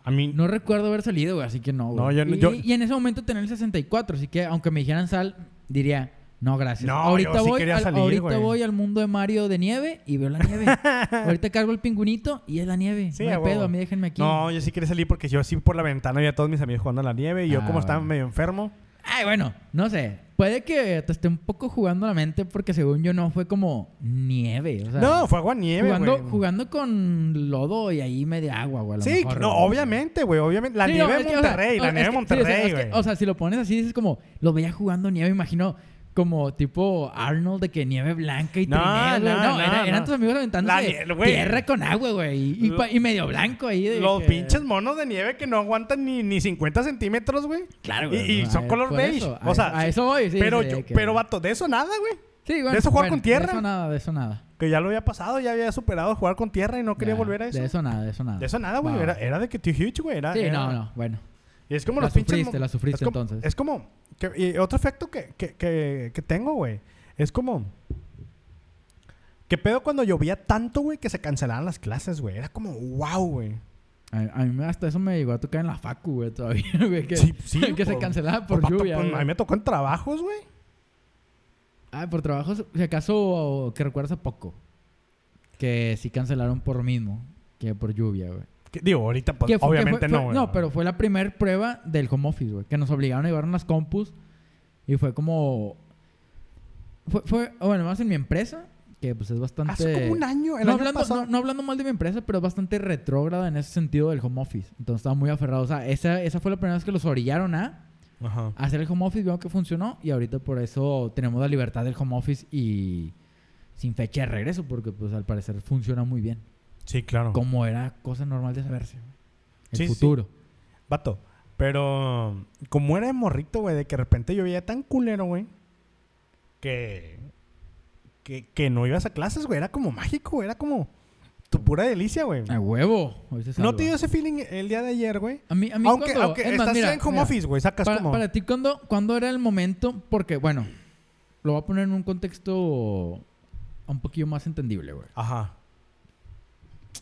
Speaker 1: A mí...
Speaker 2: No recuerdo haber salido, güey, así que no, güey.
Speaker 1: No, yo no-
Speaker 2: y,
Speaker 1: yo-
Speaker 2: y en ese momento tenía el 64, así que aunque me dijeran sal, diría, no, gracias.
Speaker 1: No,
Speaker 2: ahorita
Speaker 1: yo sí
Speaker 2: voy,
Speaker 1: quería
Speaker 2: al,
Speaker 1: salir,
Speaker 2: ahorita
Speaker 1: güey.
Speaker 2: voy al mundo de Mario de nieve y veo la nieve. ahorita cargo el pingüinito y es la nieve.
Speaker 1: Sí,
Speaker 2: no hay
Speaker 1: a huevo.
Speaker 2: pedo, a mí déjenme aquí.
Speaker 1: No, yo sí quería salir porque yo sí por la ventana vi a todos mis amigos jugando a la nieve y yo
Speaker 2: Ah,
Speaker 1: como estaba
Speaker 2: bueno.
Speaker 1: medio enfermo.
Speaker 2: Ay, bueno, no sé. Puede que te esté un poco jugando la mente porque según yo no fue como nieve. O sea,
Speaker 1: no, fue agua nieve,
Speaker 2: jugando,
Speaker 1: güey.
Speaker 2: jugando con lodo y ahí media agua, güey. a lo
Speaker 1: Sí,
Speaker 2: mejor,
Speaker 1: no,
Speaker 2: güey.
Speaker 1: obviamente, güey, obviamente. La
Speaker 2: Sí, no,
Speaker 1: nieve de
Speaker 2: es que, o sea,
Speaker 1: Monterrey,
Speaker 2: o-
Speaker 1: la
Speaker 2: es
Speaker 1: nieve de
Speaker 2: que- sí, o sea,
Speaker 1: Monterrey,
Speaker 2: es que,
Speaker 1: güey.
Speaker 2: O sea, si lo pones así, dices como, lo veía jugando nieve, imagino como tipo Arnold de que nieve blanca y
Speaker 1: No,
Speaker 2: trineas, güey.
Speaker 1: no, no,
Speaker 2: era- eran
Speaker 1: no.
Speaker 2: tus amigos aventando
Speaker 1: La nieve, güey.
Speaker 2: tierra con agua, güey. Y,
Speaker 1: Lo-
Speaker 2: pa- y medio blanco ahí. de
Speaker 1: Los
Speaker 2: que-
Speaker 1: pinches monos de nieve que no aguantan ni, ni 50 centímetros, güey.
Speaker 2: Claro,
Speaker 1: Y,
Speaker 2: güey.
Speaker 1: y
Speaker 2: no,
Speaker 1: son
Speaker 2: a-
Speaker 1: color
Speaker 2: por
Speaker 1: beige.
Speaker 2: eso,
Speaker 1: o
Speaker 2: a-
Speaker 1: sea,
Speaker 2: a eso voy, sí,
Speaker 1: pero,
Speaker 2: sí,
Speaker 1: yo-
Speaker 2: que-
Speaker 1: pero vato, de eso nada, güey.
Speaker 2: Sí, bueno,
Speaker 1: ¿de eso jugar
Speaker 2: bueno,
Speaker 1: con tierra?
Speaker 2: De eso nada, de eso nada.
Speaker 1: Que ya lo había pasado, ya había superado jugar con tierra y no quería
Speaker 2: Ya,
Speaker 1: volver a eso.
Speaker 2: De eso nada, de eso nada.
Speaker 1: De eso nada, güey.
Speaker 2: Va.
Speaker 1: Era, era de que Too Huge, güey. Era,
Speaker 2: Sí,
Speaker 1: era-
Speaker 2: no, no, bueno.
Speaker 1: Y es como
Speaker 2: La
Speaker 1: los pinches.
Speaker 2: sufriste,
Speaker 1: mo-
Speaker 2: la sufriste
Speaker 1: es como-
Speaker 2: entonces.
Speaker 1: Es como. que- y otro efecto que, que, que, que tengo, güey. Es como. ¿Qué pedo cuando llovía tanto, güey, que se cancelaban las clases, güey? Era como, wow, güey.
Speaker 2: A, a mí hasta eso me llegó a tocar en la facu, güey, todavía, güey. Que,
Speaker 1: Sí, sí,
Speaker 2: que se
Speaker 1: por-
Speaker 2: cancelaba por,
Speaker 1: Pues, vato,
Speaker 2: lluvia.
Speaker 1: pues,
Speaker 2: güey.
Speaker 1: a mí me tocó en trabajos, güey.
Speaker 2: Ah, por trabajos, si acaso que recuerdas a poco. Que sí cancelaron por mismo, que por lluvia, güey.
Speaker 1: Que- digo, ahorita, pues,
Speaker 2: Que fue- que
Speaker 1: obviamente
Speaker 2: fue-
Speaker 1: no,
Speaker 2: fue-
Speaker 1: güey.
Speaker 2: No, pero fue la primer prueba del home office, güey. Que nos obligaron a llevar unas compus. Y fue como. Fue, fue- bueno, más en mi empresa, que pues es bastante.
Speaker 1: Hace como un año, el
Speaker 2: no,
Speaker 1: año
Speaker 2: hablando,
Speaker 1: pasado.
Speaker 2: no, no hablando mal de mi empresa, pero es bastante retrógrada en ese sentido del home office. Entonces estaba muy aferrado. O sea, esa, esa fue la primera vez que los orillaron a
Speaker 1: Ajá.
Speaker 2: hacer el home office, vieron que funcionó y ahorita por eso tenemos la libertad del home office y sin fecha de regreso porque pues al parecer funciona muy bien.
Speaker 1: Sí, claro.
Speaker 2: Como era cosa normal de saberse. güey. El
Speaker 1: Sí, sí.
Speaker 2: futuro.
Speaker 1: Vato. Pero, como era de morrito, güey, de que de repente yo veía tan culero, güey, que, que, que no ibas a clases, güey. Era como mágico, güey. Era como tu pura delicia, güey.
Speaker 2: A huevo. Hoy se
Speaker 1: ¿No
Speaker 2: salva.
Speaker 1: te dio ese feeling el día de ayer, güey?
Speaker 2: A mí, a mí
Speaker 1: Aunque,
Speaker 2: cuando-
Speaker 1: aunque
Speaker 2: es más,
Speaker 1: estás
Speaker 2: mira,
Speaker 1: en home
Speaker 2: mira,
Speaker 1: office, güey. Sacas
Speaker 2: Para,
Speaker 1: como...
Speaker 2: para ti, ¿cuándo, cuándo era el momento? Porque, bueno, lo voy a poner en un contexto un poquillo más entendible, güey.
Speaker 1: Ajá.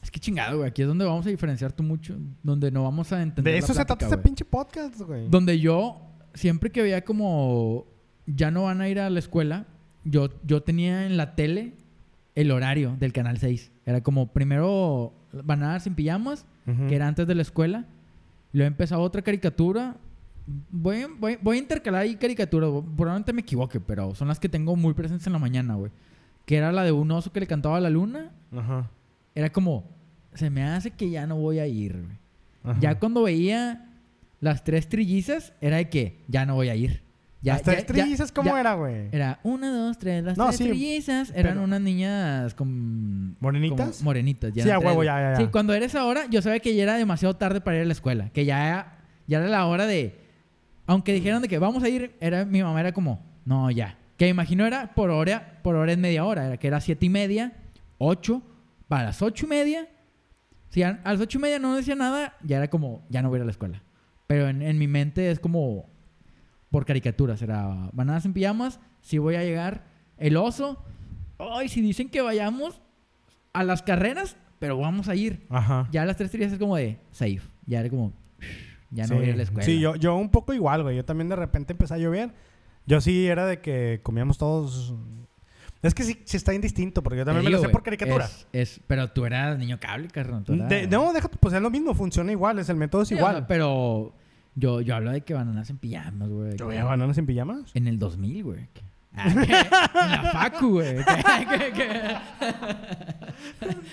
Speaker 2: Es que chingado, güey. Aquí es donde vamos a diferenciar tú mucho, donde no vamos a entender.
Speaker 1: De
Speaker 2: la
Speaker 1: eso se trata
Speaker 2: plática,
Speaker 1: este
Speaker 2: güey.
Speaker 1: pinche podcast, güey.
Speaker 2: Donde yo, siempre que veía como ya no van a ir a la escuela, yo, yo tenía en la tele el horario del canal 6. Era como primero van a dar sin pijamas,
Speaker 1: Ujú.
Speaker 2: que era antes de la escuela. Luego empezaba otra caricatura. Voy, voy, voy a intercalar ahí caricaturas. bo- Probablemente me equivoque, pero son las que tengo muy presentes en la mañana, güey. Que era la de un oso que le cantaba a la luna.
Speaker 1: Ajá.
Speaker 2: Era como, se me hace que ya no voy a ir, güey.
Speaker 1: Ajá.
Speaker 2: Ya cuando veía las tres trillizas, era de que ya no voy a ir. Ya,
Speaker 1: Las tres
Speaker 2: ya- ya-
Speaker 1: trillizas, ¿cómo
Speaker 2: ya-
Speaker 1: era, güey?
Speaker 2: Era una, dos, tres, las
Speaker 1: No,
Speaker 2: tres
Speaker 1: sí,
Speaker 2: trillizas. Eran
Speaker 1: pero-
Speaker 2: unas niñas con...
Speaker 1: ¿Morenitas?
Speaker 2: como morenitas. ya
Speaker 1: Sí,
Speaker 2: eran
Speaker 1: a
Speaker 2: tres,
Speaker 1: huevo,
Speaker 2: güey.
Speaker 1: ya, ya, ya.
Speaker 2: Sí, cuando eres ahora, yo sabía que ya era demasiado tarde para ir a la escuela. Que ya, ya era la hora de... Aunque dijeron de que vamos a ir, era, mi mamá era como, no, ya. Que imagino era por hora, por hora en media hora. Era que era siete y media, ocho, para las ocho y media. Si a, a las ocho y media no decía nada, ya era como, ya no voy a ir a la escuela. Pero en, en mi mente es como por caricaturas. Era bananas en pijamas, sí voy a llegar. El oso, ay, si dicen que vayamos a las carreras, pero vamos a ir.
Speaker 1: Ajá.
Speaker 2: Ya a las tres trillas es como de safe. Ya era como, ya no voy a ir a la escuela.
Speaker 1: Sí, yo, yo un poco igual, güey. Yo también de repente empecé a llover. Yo sí era de que comíamos todos. Es que sí, sí está indistinto, porque yo
Speaker 2: Te
Speaker 1: también me
Speaker 2: digo,
Speaker 1: lo sé
Speaker 2: güey,
Speaker 1: por caricatura.
Speaker 2: Es, es- pero tú eras niño cable, carnal. tú eras-
Speaker 1: De- no, déjate, pues es lo mismo, funciona igual, es el método es
Speaker 2: Sí, o
Speaker 1: igual.
Speaker 2: sea, pero yo, yo hablo de que bananas en pijamas, güey.
Speaker 1: ¿Yo
Speaker 2: que-
Speaker 1: voy a bananas en pijamas?
Speaker 2: En el 2000, güey. que- Ah, que- en la facu, güey. que- que- que-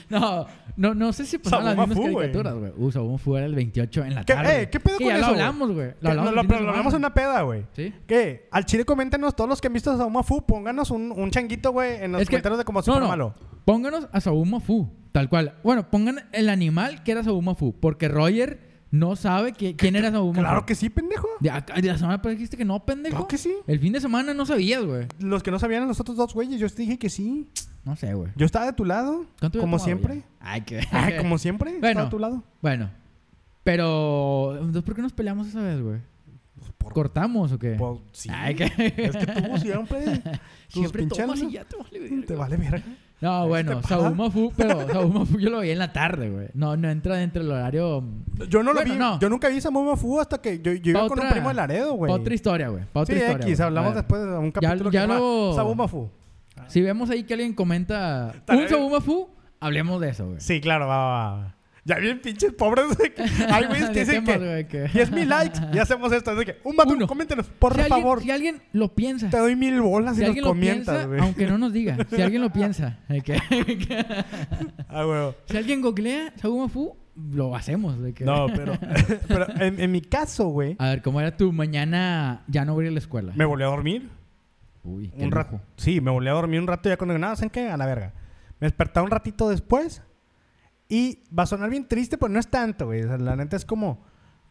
Speaker 2: no, no, no sé si pasaban las
Speaker 1: Sabumafu,
Speaker 2: mismas
Speaker 1: güey.
Speaker 2: caricaturas, güey. Uh, Sabumafu fuera el 28 en la
Speaker 1: ¿Qué-
Speaker 2: tarde.
Speaker 1: eh, qué pedo
Speaker 2: Que
Speaker 1: con
Speaker 2: ya
Speaker 1: eso,
Speaker 2: lo
Speaker 1: güey?
Speaker 2: hablamos, güey.
Speaker 1: Que
Speaker 2: hablamos
Speaker 1: no, lo,
Speaker 2: el fin de
Speaker 1: pero lo hablamos en
Speaker 2: semana.
Speaker 1: una peda, güey.
Speaker 2: Sí.
Speaker 1: ¿Qué? Al chile, coméntenos todos los que han visto a Sauma Fu, pónganos un, un changuito, güey, en los
Speaker 2: Es que-
Speaker 1: comentarios de cómo se
Speaker 2: no,
Speaker 1: llama
Speaker 2: no.
Speaker 1: malo.
Speaker 2: Pónganos a Sabumafu, tal cual. Bueno, pongan el animal que era Sabumafu, porque Roger no sabe que- quién era Sabumafu.
Speaker 1: Claro que sí, pendejo.
Speaker 2: De, acá- de la semana pasada dijiste que no, pendejo.
Speaker 1: Claro que sí.
Speaker 2: El fin de semana no sabías, güey.
Speaker 1: Los que no sabían, los otros dos güeyes, yo te dije que sí.
Speaker 2: No sé, güey.
Speaker 1: Yo estaba de tu lado,
Speaker 2: ¿Cuánto había
Speaker 1: como
Speaker 2: tomado ya?
Speaker 1: siempre.
Speaker 2: Ay, qué...
Speaker 1: Ah, como siempre,
Speaker 2: Bueno.
Speaker 1: estaba a tu lado.
Speaker 2: Bueno. Pero... Entonces, ¿por qué nos peleamos esa vez, güey?
Speaker 1: Pues por-
Speaker 2: ¿Cortamos o qué?
Speaker 1: Pues, sí. Pues
Speaker 2: Ay, qué...
Speaker 1: Es que tú siempre tus
Speaker 2: Siempre
Speaker 1: pinches
Speaker 2: tomas y
Speaker 1: ansias
Speaker 2: ya te vale
Speaker 1: te
Speaker 2: verga.
Speaker 1: vale verga.
Speaker 2: No,
Speaker 1: ¿Qué
Speaker 2: bueno,
Speaker 1: te pasa?
Speaker 2: Saumafu, pero Saumafu yo lo vi en la tarde, güey. No, no entra dentro del horario.
Speaker 1: Yo no
Speaker 2: Bueno,
Speaker 1: lo vi,
Speaker 2: no.
Speaker 1: yo nunca vi Samoa Fu hasta que yo, yo iba
Speaker 2: Pa'
Speaker 1: con un
Speaker 2: otra-
Speaker 1: primo de Laredo,
Speaker 2: Pa'
Speaker 1: güey.
Speaker 2: otra historia, güey. Pa'
Speaker 1: Sí,
Speaker 2: otra historia.
Speaker 1: X,
Speaker 2: güey.
Speaker 1: hablamos
Speaker 2: A ver.
Speaker 1: después de un capítulo que
Speaker 2: ya
Speaker 1: se
Speaker 2: lo-
Speaker 1: llama Samoa Fu.
Speaker 2: Si vemos ahí que alguien comenta
Speaker 1: Tal
Speaker 2: un
Speaker 1: vez-
Speaker 2: Saumafu, hablemos de eso, güey.
Speaker 1: Sí, claro, va, va, va. Ya bien pinches pobres. de que- Hay güeyes
Speaker 2: De
Speaker 1: que dicen
Speaker 2: temas,
Speaker 1: que
Speaker 2: güey, que-
Speaker 1: 10 mil likes y hacemos esto. Así que, un vato,
Speaker 2: Uno.
Speaker 1: coméntenos, por
Speaker 2: Si alguien-
Speaker 1: favor.
Speaker 2: Si alguien lo piensa.
Speaker 1: Te doy mil bolas y
Speaker 2: Si
Speaker 1: nos
Speaker 2: alguien lo
Speaker 1: comentas,
Speaker 2: piensa,
Speaker 1: güey.
Speaker 2: aunque no nos diga. Si alguien lo piensa. de que-
Speaker 1: Ah, güey.
Speaker 2: si alguien googlea Saumafu, lo hacemos. de que- Ah.
Speaker 1: No, pero, pero en, en mi caso, güey,
Speaker 2: A ver, ¿cómo era tu mañana? Ya no voy a ir a la escuela.
Speaker 1: me volví a dormir.
Speaker 2: Uy, qué
Speaker 1: un rato.
Speaker 2: lujo.
Speaker 1: Sí, me volví a dormir un rato ya cuando nada, ¿saben qué? A la verga. Me despertaba un ratito después y va a sonar bien triste, pero no es tanto, güey. O sea, la neta es como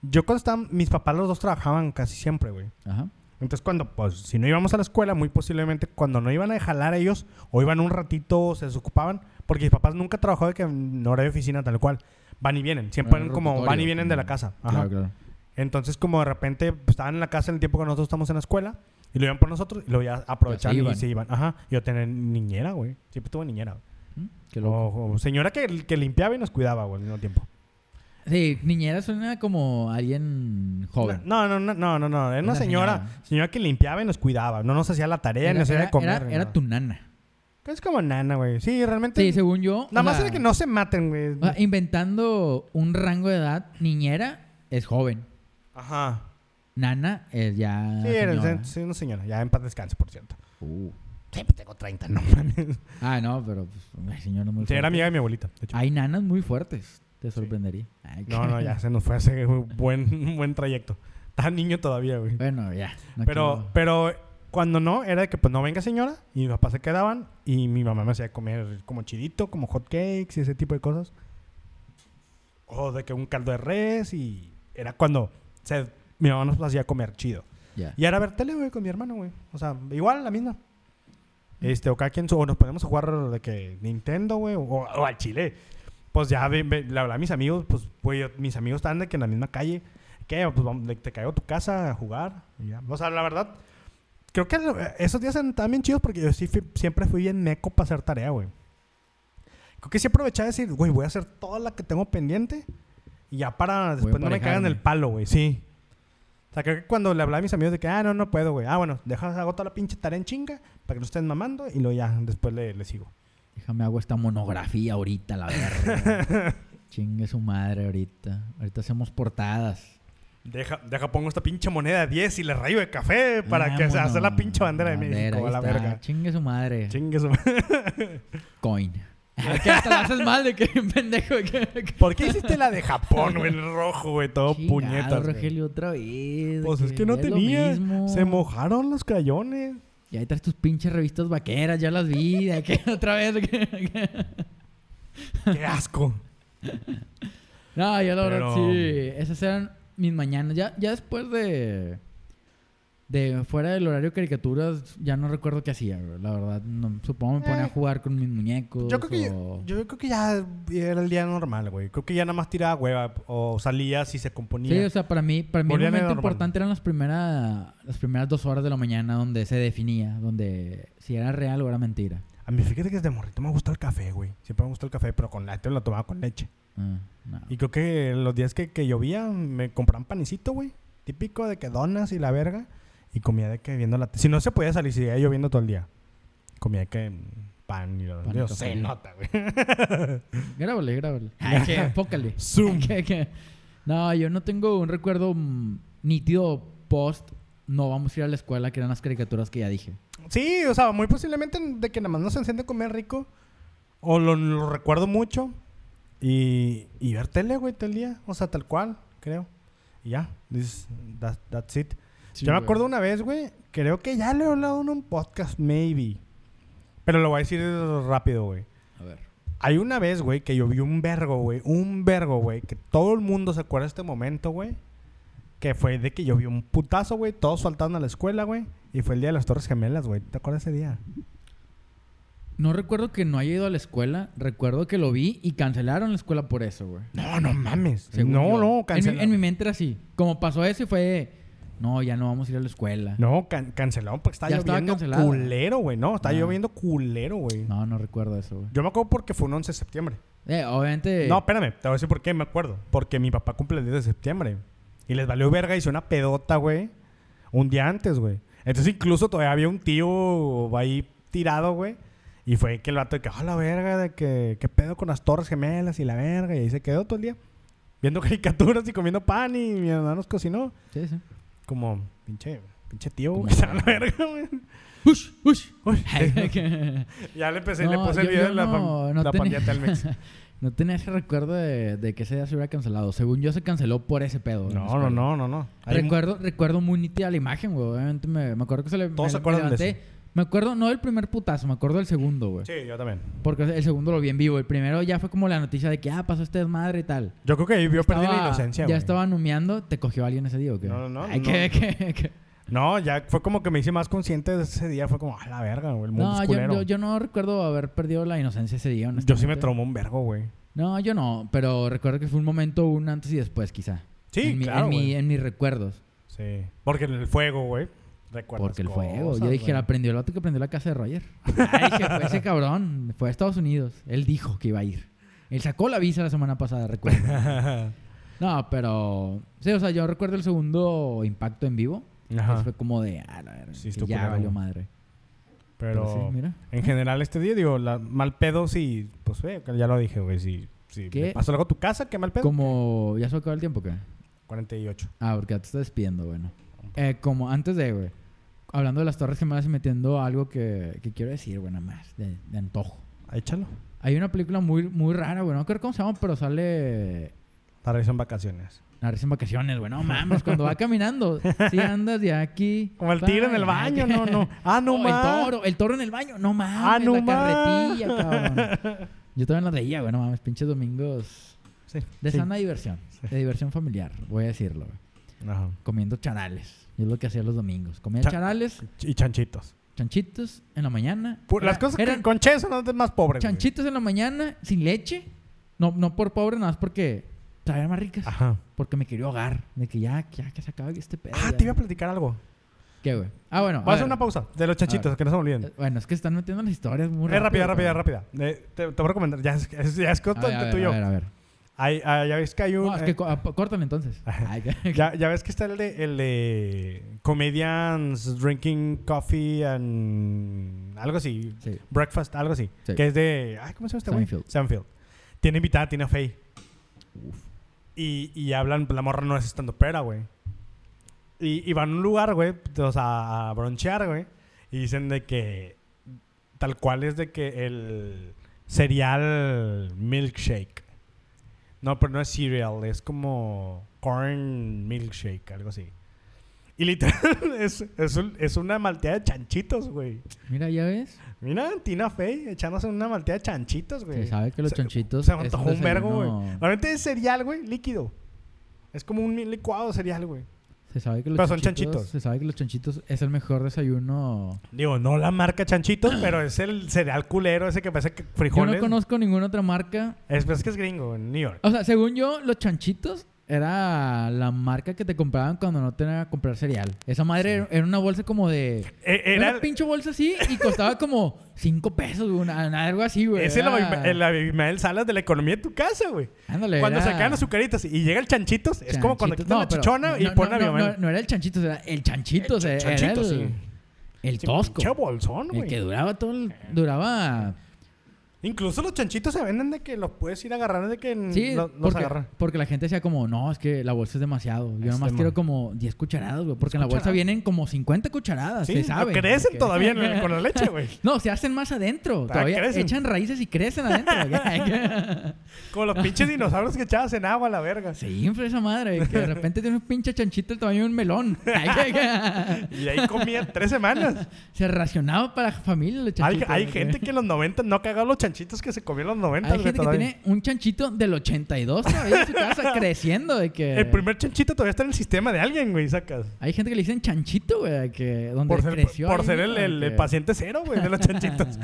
Speaker 1: yo cuando estaba mis papás los dos trabajaban casi siempre, güey.
Speaker 2: Ajá.
Speaker 1: Entonces cuando pues si no íbamos a la escuela, muy posiblemente cuando no iban a jalar ellos o iban un ratito o se desocupaban, porque mis papás nunca trabajaban de que en horario de oficina tal cual. Van y vienen, siempre
Speaker 2: Bueno,
Speaker 1: eran como van y
Speaker 2: Ah, rotatorio,
Speaker 1: vienen de la
Speaker 2: como-
Speaker 1: casa. Ajá.
Speaker 2: Claro, claro.
Speaker 1: Entonces, como de repente pues, estaban en la casa en el tiempo que nosotros estamos en la escuela, y lo iban por nosotros, y lo ya aprovechaban
Speaker 2: iban.
Speaker 1: y se iban. Ajá. Yo tenía niñera, güey. Siempre tuve niñera. güey.
Speaker 2: ¿Mm? Qué loco.
Speaker 1: O, o señora que, que limpiaba y nos cuidaba, güey, al mismo tiempo.
Speaker 2: Sí, niñera suena como alguien joven.
Speaker 1: No, no, no, no, no, no. Era
Speaker 2: Una
Speaker 1: una señora,
Speaker 2: señora.
Speaker 1: señora. que limpiaba y nos cuidaba. No nos hacía la tarea, ni
Speaker 2: era,
Speaker 1: nos hacía de
Speaker 2: era-
Speaker 1: comer.
Speaker 2: era-
Speaker 1: ni
Speaker 2: era
Speaker 1: nada.
Speaker 2: tu nana.
Speaker 1: Es como nana, güey. Sí, realmente.
Speaker 2: Sí, según yo.
Speaker 1: nada
Speaker 2: o
Speaker 1: más
Speaker 2: sea,
Speaker 1: era que no se maten, güey.
Speaker 2: o sea, inventando un rango de edad, niñera es joven.
Speaker 1: Ajá.
Speaker 2: Nana es ya.
Speaker 1: Sí, era
Speaker 2: Ah, señora.
Speaker 1: sí, una señora. Ya en paz descanse, por cierto.
Speaker 2: Uh.
Speaker 1: Siempre tengo 30, no mames.
Speaker 2: Ah, no, pero pues, una señora muy
Speaker 1: Sí, era
Speaker 2: fuerte.
Speaker 1: amiga de mi abuelita, de hecho.
Speaker 2: Hay nanas muy fuertes. Te sorprendería. Ay,
Speaker 1: No,
Speaker 2: qué-
Speaker 1: no, ya se nos fue hace un buen, un buen trayecto. Estaba niño todavía, güey.
Speaker 2: Bueno, ya. no
Speaker 1: Pero,
Speaker 2: quiero-
Speaker 1: pero cuando no, era de que pues no venga señora, y mis papás se quedaban, y mi mamá me hacía comer como chidito, como hot cakes y ese tipo de cosas. O de que un caldo de res, y era cuando se- mi mamá nos hacía comer chido.
Speaker 2: ya.
Speaker 1: Y era ver tele, güey, con mi hermano, güey. O sea, igual la misma. Este, o cada quien, su- o nos ponemos a jugar de que Nintendo, güey, o, o al Chile. Pues ya, ve, ve- la verdad, mis amigos, pues, güey, yo- mis amigos estaban de que en la misma calle. ¿Qué? Pues vamos, de- te caigo a tu casa a jugar. y ya. O sea, la verdad, creo que lo- esos días eran también chidos porque yo sí fui- siempre fui bien meco para hacer tarea, güey. Creo que sí aprovechaba de decir, güey, voy a hacer toda la que tengo pendiente y ya para después no me cagan
Speaker 2: emparejarme.
Speaker 1: el palo, güey, sí. O sea, creo que cuando le hablaba a mis amigos de que, ah, no, no puedo, güey. Ah, bueno, dejas, hago toda la pinche tarea en chinga para que no estén mamando y luego ya después le, le sigo.
Speaker 2: Déjame hago esta monografía ahorita, la verdad. Chingue su madre ahorita. Ahorita hacemos portadas.
Speaker 1: Deja, deja, pongo esta pinche moneda de 10 y le rayo de café para que se
Speaker 2: Vámonos.
Speaker 1: hace la pinche bandera de México,
Speaker 2: ahí
Speaker 1: a la
Speaker 2: está.
Speaker 1: verga.
Speaker 2: Chingue su madre.
Speaker 1: Chingue su
Speaker 2: Coin. que hasta la haces mal de que pendejo. que-
Speaker 1: ¿Por qué hiciste la de Japón, güey? En rojo, güey, todo
Speaker 2: Chingado,
Speaker 1: Oh, puñetas. güey.
Speaker 2: Rogelio, otra vez.
Speaker 1: Pues
Speaker 2: de
Speaker 1: es que no
Speaker 2: es lo
Speaker 1: tenía.
Speaker 2: mismo.
Speaker 1: Se mojaron los crayones.
Speaker 2: Y ahí traes tus pinches revistas vaqueras, ya las vi. de que otra vez. de que-
Speaker 1: Qué asco.
Speaker 2: No, yo la verdad
Speaker 1: Pero-
Speaker 2: sí. Esas eran mis mañanas. Ya, ya después de. De fuera del horario caricaturas, ya no recuerdo qué hacía, güey, la verdad. No, supongo me ponía a
Speaker 1: Eh.
Speaker 2: jugar con mis muñecos.
Speaker 1: Yo creo, que
Speaker 2: o-
Speaker 1: yo, yo creo que ya era el día normal, güey. Creo que ya nada más tiraba hueva o salía si se componía.
Speaker 2: Sí, o sea, para mí, para mí el
Speaker 1: Volvían a
Speaker 2: momento
Speaker 1: lo normal.
Speaker 2: importante eran las primeras, las primeras dos horas de la mañana donde se definía, donde si era real o era mentira.
Speaker 1: A mí fíjate que desde morrito me gusta el café, güey. Siempre me gustó el café, pero con la lo tomaba con leche.
Speaker 2: Ah, no.
Speaker 1: Y creo que los días que, que llovía me compraban panecito, güey. Típico de que donas y la verga. Y comía de que viendo la tele. Si no se podía salir, si seguía lloviendo todo el día. Comía de que mm, pan y lo
Speaker 2: Pan y
Speaker 1: Dios,
Speaker 2: café.
Speaker 1: Se nota, güey.
Speaker 2: Grábale, grábale. Ay, que enfócale.
Speaker 1: Zoom.
Speaker 2: Que- que- No, yo no tengo un recuerdo mm, nítido post. No vamos a ir a la escuela, que eran las caricaturas que ya dije.
Speaker 1: Sí, o sea, muy posiblemente de que nada más nos enciende comer rico. O lo, lo recuerdo mucho. Y, y ver tele, güey, todo el día. O sea, tal cual, creo. Y ya, this- that- that's it. Yo me acuerdo una vez, güey, creo que ya le he hablado en un podcast, maybe. Pero lo voy a decir rápido, güey.
Speaker 2: A ver.
Speaker 1: Hay una vez, güey, que yo vi un vergo, güey. Un vergo, güey. Que todo el mundo se acuerda de este momento, güey. Que fue de que yo vi un putazo, güey. Todos saltaron a la escuela, güey. Y fue el día de las Torres Gemelas, güey. ¿Te acuerdas ese día?
Speaker 2: No recuerdo que no haya ido a la escuela. Recuerdo que lo vi y cancelaron la escuela por eso, güey.
Speaker 1: No, no mames.
Speaker 2: Según
Speaker 1: no,
Speaker 2: yo.
Speaker 1: no,
Speaker 2: En mi-
Speaker 1: cancelaron.
Speaker 2: En, mi mente era así. Como pasó eso y fue... No, ya no vamos a ir a la escuela.
Speaker 1: No, can- cancelaron porque estaba
Speaker 2: Ya estaba
Speaker 1: lloviendo
Speaker 2: cancelada.
Speaker 1: culero, güey. No, estaba
Speaker 2: Ah.
Speaker 1: lloviendo culero, güey.
Speaker 2: No, no recuerdo eso, güey.
Speaker 1: Yo me acuerdo porque fue un 11 de septiembre.
Speaker 2: Eh, obviamente...
Speaker 1: No, espérame, te voy a decir por qué me acuerdo. Porque mi papá cumple el 10 de septiembre. Y les valió verga, hizo una pedota, güey. Un día antes, güey. Entonces incluso todavía había un tío ahí tirado, güey. Y fue que el vato de que, ah, la verga, de que, qué pedo con las torres gemelas y la verga. Y ahí se quedó todo el día. Viendo caricaturas y comiendo pan y mi hermano nos cocinó.
Speaker 2: Sí, sí.
Speaker 1: Como, pinche, pinche tío,
Speaker 2: Como-
Speaker 1: güey. a la verga, güey.
Speaker 2: ¡Ush! ¡Ush!
Speaker 1: Uy,
Speaker 2: Que-
Speaker 1: ya le empecé, le
Speaker 2: No,
Speaker 1: puse el
Speaker 2: yo-
Speaker 1: video
Speaker 2: yo
Speaker 1: de la, fam-
Speaker 2: no- no
Speaker 1: la
Speaker 2: tenía-
Speaker 1: pandilla Telmex.
Speaker 2: No tenía ese recuerdo de, de que ese día se hubiera cancelado. Según yo, se canceló por ese pedo. en la
Speaker 1: No, no,
Speaker 2: escuela.
Speaker 1: no, no, no. Hay-
Speaker 2: Recuerdo, recuerdo muy nítida la imagen, güey. Obviamente me, me acuerdo que se le.
Speaker 1: Todos
Speaker 2: me-
Speaker 1: se acuerdan
Speaker 2: me
Speaker 1: de
Speaker 2: levanté. Me acuerdo, no del primer putazo, me acuerdo del segundo, güey.
Speaker 1: Sí, yo también.
Speaker 2: Porque el segundo lo vi en vivo. El primero ya fue como la noticia de que, ah, pasó este desmadre y tal.
Speaker 1: Yo creo que ahí yo perdí la
Speaker 2: Estaba-
Speaker 1: inocencia,
Speaker 2: Ya
Speaker 1: güey.
Speaker 2: estaba numeando, ¿te cogió alguien ese día o qué?
Speaker 1: No, no, no,
Speaker 2: Ay,
Speaker 1: no.
Speaker 2: que, que- que-
Speaker 1: No, ya fue como que me hice más consciente de ese día. Fue como, a la verga, güey. El mundo
Speaker 2: No,
Speaker 1: es
Speaker 2: yo,
Speaker 1: culero.
Speaker 2: yo-
Speaker 1: Yo,
Speaker 2: yo no recuerdo haber perdido la inocencia ese día.
Speaker 1: sí me
Speaker 2: honestamente.
Speaker 1: traumó un vergo, güey.
Speaker 2: No, yo no, pero recuerdo que fue un momento, un antes y después, quizá.
Speaker 1: Sí,
Speaker 2: en mi-
Speaker 1: claro,
Speaker 2: en, mi-
Speaker 1: güey.
Speaker 2: en mis recuerdos.
Speaker 1: Sí. Porque el fuego, güey. Recuerdas
Speaker 2: Porque el fuego. Yo
Speaker 1: cosas,
Speaker 2: dije,
Speaker 1: güey.
Speaker 2: la prendió el vato que prendió la casa de Roger. Ay, dije, fue ese cabrón. Fue a Estados Unidos. Él dijo que iba a ir. Él sacó la visa la semana pasada, recuerdo. No, pero. Sí, o sea, yo recuerdo el segundo impacto en vivo.
Speaker 1: Ajá.
Speaker 2: Ese fue como de. Ah, la verga,
Speaker 1: Sí,
Speaker 2: que
Speaker 1: estuvo
Speaker 2: ya
Speaker 1: culero,
Speaker 2: valió
Speaker 1: güey.
Speaker 2: madre.
Speaker 1: Pero,
Speaker 2: pero pues sí, mira.
Speaker 1: en general este día, digo, la- mal pedo sí. Pues, güey, ya lo dije, güey. Si, si
Speaker 2: ¿Qué?
Speaker 1: le pasó algo a tu casa, qué mal pedo.
Speaker 2: Como. ¿Ya se acabó el tiempo, qué?
Speaker 1: 48.
Speaker 2: Ah, porque ya te estás despidiendo, bueno. Eh, como antes de, güey. Hablando de las Torres Gemelas y metiendo algo que, que quiero decir, güey, nada más, de, de antojo.
Speaker 1: Ah, Échalo.
Speaker 2: Hay una película muy, muy rara, güey, no creo cómo se llama, pero sale.
Speaker 1: Para eso en vacaciones.
Speaker 2: La risa en vacaciones, güey, no mames, cuando va caminando. Si andas de aquí.
Speaker 1: Como el tigre en el baño, no, no. Ah, no
Speaker 2: Oh,
Speaker 1: más.
Speaker 2: El toro, el toro en el baño, no mames.
Speaker 1: Ah, no
Speaker 2: la
Speaker 1: más.
Speaker 2: carretilla, cabrón. Yo también la reía, güey, no mames, pinches domingos.
Speaker 1: Sí.
Speaker 2: De
Speaker 1: sí.
Speaker 2: sana diversión, de diversión familiar, voy a decirlo, güey.
Speaker 1: Ajá.
Speaker 2: comiendo charales. Yo es lo que hacía los domingos. Comía
Speaker 1: Cha-
Speaker 2: charales,
Speaker 1: Y chanchitos.
Speaker 2: chanchitos en la mañana.
Speaker 1: Pu- Las
Speaker 2: Era-
Speaker 1: cosas
Speaker 2: eran
Speaker 1: que con cheso no te más pobre.
Speaker 2: chanchitos en la mañana sin leche. No, no por pobre, nada más porque sabían más ricas.
Speaker 1: Ajá.
Speaker 2: Porque me quería ahogar. De que ya, ya que se acabe este pedo.
Speaker 1: Ah,
Speaker 2: ya.
Speaker 1: te iba a platicar algo.
Speaker 2: ¿Qué, güey? Ah, bueno.
Speaker 1: Voy a hacer
Speaker 2: ver.
Speaker 1: una pausa de los chanchitos, que no se me olviden.
Speaker 2: Eh, Bueno, es que están metiendo las historias muy
Speaker 1: Es rápida,
Speaker 2: rápido,
Speaker 1: rápida,
Speaker 2: cabrón.
Speaker 1: rápida. Eh, te, te voy a recomendar. Ya es, es- ya es
Speaker 2: A ver, a
Speaker 1: contante
Speaker 2: ver,
Speaker 1: tuyo.
Speaker 2: A ver, a ver.
Speaker 1: Hay- hay- ya ves que hay un.
Speaker 2: No, es
Speaker 1: eh,
Speaker 2: que co- ah, po- córtale entonces. Ay, que-
Speaker 1: ya, ya ves que está el de, el de Comedians Drinking Coffee and. Algo así.
Speaker 2: Sí.
Speaker 1: Breakfast, algo así.
Speaker 2: Sí.
Speaker 1: Que es de. Ay, ¿Cómo se llama este güey?
Speaker 2: Seinfeld.
Speaker 1: Tiene invitada, tiene a Tina Fey.
Speaker 2: Uf.
Speaker 1: Y, y hablan, la morra no es estando pera, güey. Y, y van a un lugar, güey, o sea, a bronchear, güey. Y dicen de que tal cual es de que el cereal milkshake. No, pero no es cereal, es como corn milkshake, algo así. Y literal, es, es, un- es una malteada de chanchitos, güey.
Speaker 2: Mira, ya ves.
Speaker 1: Mira, Tina Fey echándose una malteada de chanchitos, güey.
Speaker 2: Se sabe que los
Speaker 1: Se-
Speaker 2: chanchitos.
Speaker 1: se me
Speaker 2: es
Speaker 1: antojó un vergo, güey.
Speaker 2: desayuno-
Speaker 1: Realmente es cereal, güey, líquido. Es como un licuado de cereal, güey.
Speaker 2: Se sabe que los
Speaker 1: Pero son chanchitos.
Speaker 2: Se sabe que los chanchitos es el mejor desayuno.
Speaker 1: Digo, no la marca Chanchitos, pero es el cereal culero ese que parece que frijoles.
Speaker 2: Yo no conozco ninguna otra marca.
Speaker 1: Es, pues, es que es gringo, en New York.
Speaker 2: O sea, según yo, los chanchitos era la marca que te compraban cuando no tenías que comprar cereal. Esa madre era- era una bolsa como de...
Speaker 1: Eh,
Speaker 2: Era
Speaker 1: era
Speaker 2: una pinche bolsa así y costaba como 5 pesos, una, algo así, güey.
Speaker 1: es el,
Speaker 2: Era-
Speaker 1: Abima- el Abimael Salas de la economía de tu casa, güey.
Speaker 2: Ándale,
Speaker 1: Cuando
Speaker 2: era-
Speaker 1: sacaban azucaritas y llega el chanchitos, es como cuando
Speaker 2: Chanchitos.
Speaker 1: quitan la
Speaker 2: No, pero-
Speaker 1: chichona y
Speaker 2: no,
Speaker 1: ponen
Speaker 2: no,
Speaker 1: a
Speaker 2: no,
Speaker 1: Abimael.
Speaker 2: No, no era el chanchitos, era el chanchito. o sea, era
Speaker 1: chanchito,
Speaker 2: el,
Speaker 1: sí.
Speaker 2: el
Speaker 1: Sí,
Speaker 2: tosco.
Speaker 1: pinche bolsón,
Speaker 2: el que
Speaker 1: güey.
Speaker 2: duraba todo el- Duraba...
Speaker 1: Incluso los chanchitos se venden de que los puedes ir a agarrar de que en-
Speaker 2: Sí,
Speaker 1: lo- los,
Speaker 2: porque,
Speaker 1: agarran.
Speaker 2: porque la gente decía como, no, es que la bolsa es demasiado. Yo
Speaker 1: Es
Speaker 2: nomás
Speaker 1: demasiado.
Speaker 2: quiero como 10 cucharadas, güey. Porque en la bolsa
Speaker 1: cucharadas.
Speaker 2: vienen como 50 cucharadas,
Speaker 1: Sí,
Speaker 2: se
Speaker 1: lo
Speaker 2: sabe.
Speaker 1: crecen
Speaker 2: Porque-
Speaker 1: todavía en el- con la leche, güey.
Speaker 2: No, se hacen más adentro.
Speaker 1: Ah,
Speaker 2: todavía
Speaker 1: crecen.
Speaker 2: echan raíces y crecen adentro.
Speaker 1: Como los pinches dinosaurios que echabas en agua, la verga.
Speaker 2: se infla esa madre. Que de repente tiene un pinche chanchito el tamaño de un melón.
Speaker 1: Y ahí comían tres semanas.
Speaker 2: se racionaba para la familia los
Speaker 1: Hay,
Speaker 2: chanchitos.
Speaker 1: hay gente que en los 90 no cagaba los chanchitos que se comían en los 90.
Speaker 2: Hay
Speaker 1: güey,
Speaker 2: gente que
Speaker 1: todavía.
Speaker 2: tiene un chanchito del 82 todavía en su casa creciendo. De que...
Speaker 1: El primer chanchito todavía está en el sistema de alguien, güey, sacas.
Speaker 2: Hay gente que le dicen chanchito, güey, que donde
Speaker 1: Por ser,
Speaker 2: creció.
Speaker 1: por
Speaker 2: ahí,
Speaker 1: ser el,
Speaker 2: güey,
Speaker 1: el-
Speaker 2: que-
Speaker 1: el paciente cero, güey, de los chanchitos.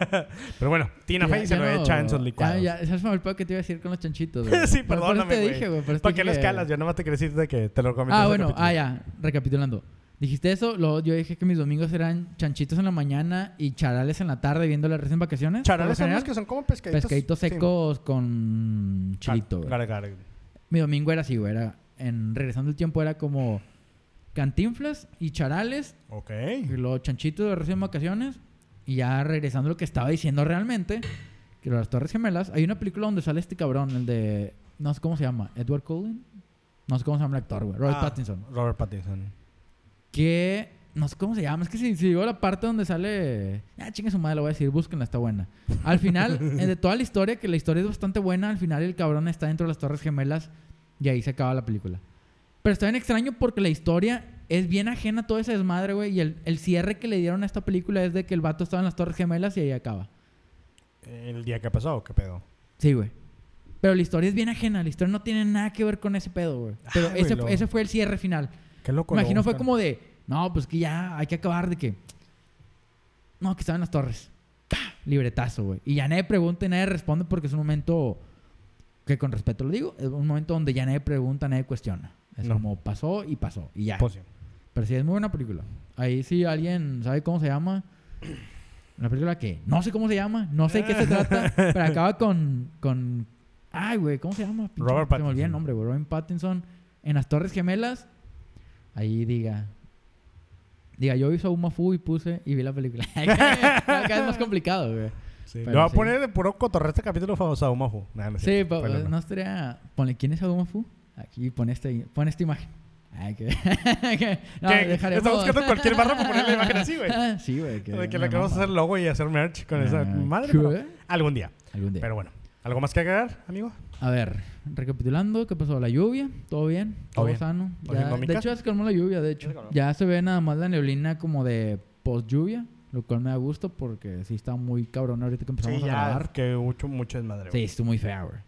Speaker 1: Pero bueno, Tina
Speaker 2: Ya-
Speaker 1: Fey se
Speaker 2: ya
Speaker 1: lo
Speaker 2: no-
Speaker 1: echa en sus licuados.
Speaker 2: Ya, ya, ¿sabes el pedo que te iba a decir con los chanchitos? güey?
Speaker 1: sí,
Speaker 2: Por- por eso
Speaker 1: perdóname,
Speaker 2: te
Speaker 1: güey.
Speaker 2: dije, güey. por eso
Speaker 1: ¿Para
Speaker 2: te
Speaker 1: qué lo
Speaker 2: dije-
Speaker 1: escalas? Yo nomás te crecí de que te lo comí.
Speaker 2: Ah, bueno, ah, ya, recapitulando. Dijiste eso, luego yo dije que mis domingos eran chanchitos en la mañana y charales en la tarde viendo la red en vacaciones. por lo
Speaker 1: Charales son
Speaker 2: general.
Speaker 1: los que son como pescaditos.
Speaker 2: Pescaditos
Speaker 1: sí.
Speaker 2: secos con
Speaker 1: Gar-
Speaker 2: chilito, güey.
Speaker 1: gar- gar-
Speaker 2: Mi domingo era así, güey. Era, en regresando el tiempo era como cantinflas y charales
Speaker 1: Ok.
Speaker 2: Y luego chanchito de recién vacaciones. Y ya regresando a lo que estaba diciendo realmente, que lo de las Torres Gemelas, hay una película donde sale este cabrón, el de. No sé cómo se llama, Edward Cullen. No sé cómo se llama el actor, güey. Robert
Speaker 1: Ah,
Speaker 2: Pattinson.
Speaker 1: Robert Pattinson.
Speaker 2: Que. No sé cómo se llama, es que si, si digo la parte donde sale. Ah, chinga su madre, lo voy a decir, búsquenla, está buena. Al final, eh, de toda la historia, que la historia es bastante buena, al final el cabrón está dentro de las Torres Gemelas y ahí se acaba la película. Pero está bien extraño porque la historia es bien ajena a todo ese desmadre, güey. Y el, el cierre que le dieron a esta película es de que el vato estaba en las Torres Gemelas y ahí acaba.
Speaker 1: ¿El día que pasó o qué pedo?
Speaker 2: Sí, güey. Pero la historia es bien ajena. La historia no tiene nada que ver con ese pedo, Ah, güey. Pero
Speaker 1: Ay, güey,
Speaker 2: ese,
Speaker 1: lo-
Speaker 2: ese fue el cierre final.
Speaker 1: Qué loco.
Speaker 2: Me
Speaker 1: lo
Speaker 2: imagino fue
Speaker 1: buscan.
Speaker 2: como de, no, pues que ya hay que acabar de que... No, que estaban las torres. ¡Pah! Libretazo, güey. Y ya nadie pregunta y nadie responde porque es un momento que con respeto lo digo, es un momento donde ya nadie pregunta, nadie cuestiona. Es
Speaker 1: No.
Speaker 2: como pasó y pasó y ya.
Speaker 1: Pues sí.
Speaker 2: Pero sí, es muy buena película. Ahí sí alguien sabe cómo se llama. Una película que no sé cómo se llama, no sé de qué se trata, pero acaba con. con ay, güey, ¿cómo se llama? Pinche-
Speaker 1: Robert
Speaker 2: Se me olvidó el
Speaker 1: Pattinson.
Speaker 2: nombre, güey. Robert Pattinson en las Torres Gemelas. Ahí diga. Diga, yo vi Sauma Fu y puse y vi la película. Acá es más complicado, güey.
Speaker 1: Sí,
Speaker 2: Pero
Speaker 1: Le voy a
Speaker 2: Pues sí.
Speaker 1: poner de puro cotorreo este capítulo famoso a Omahu. Nah, no es
Speaker 2: Sí,
Speaker 1: cierto.
Speaker 2: pa-
Speaker 1: Bueno, no.
Speaker 2: no estaría. Ponle, ¿quién es Sauma Fu? Aquí pon, este, pon esta imagen. Ay, que. que- no,
Speaker 1: Que
Speaker 2: dejaremos-
Speaker 1: está buscando cualquier barro para poner la imagen así, güey.
Speaker 2: Ah, sí, güey.
Speaker 1: De que
Speaker 2: me
Speaker 1: le acabamos de
Speaker 2: mama.
Speaker 1: hacer logo y hacer merch con esa
Speaker 2: Ah,
Speaker 1: madre.
Speaker 2: ¿qué?
Speaker 1: pero algún día.
Speaker 2: Algún día.
Speaker 1: Pero bueno. ¿Algo más que agregar, amigo?
Speaker 2: A ver, recapitulando, ¿qué pasó? La lluvia, todo bien, todo,
Speaker 1: Todo bien.
Speaker 2: sano.
Speaker 1: ¿Todo
Speaker 2: Ya-
Speaker 1: bien,
Speaker 2: de
Speaker 1: Mónica?
Speaker 2: hecho, ya se calmó la lluvia, de hecho.
Speaker 1: se calmó.
Speaker 2: Ya se ve nada más la neblina como de post lluvia, lo cual me da gusto porque sí está muy cabrón ahorita que empezamos
Speaker 1: Sí,
Speaker 2: a
Speaker 1: ya.
Speaker 2: grabar.
Speaker 1: Que mucho, mucho desmadre.
Speaker 2: Sí,
Speaker 1: güey.
Speaker 2: estuvo muy fea, güey.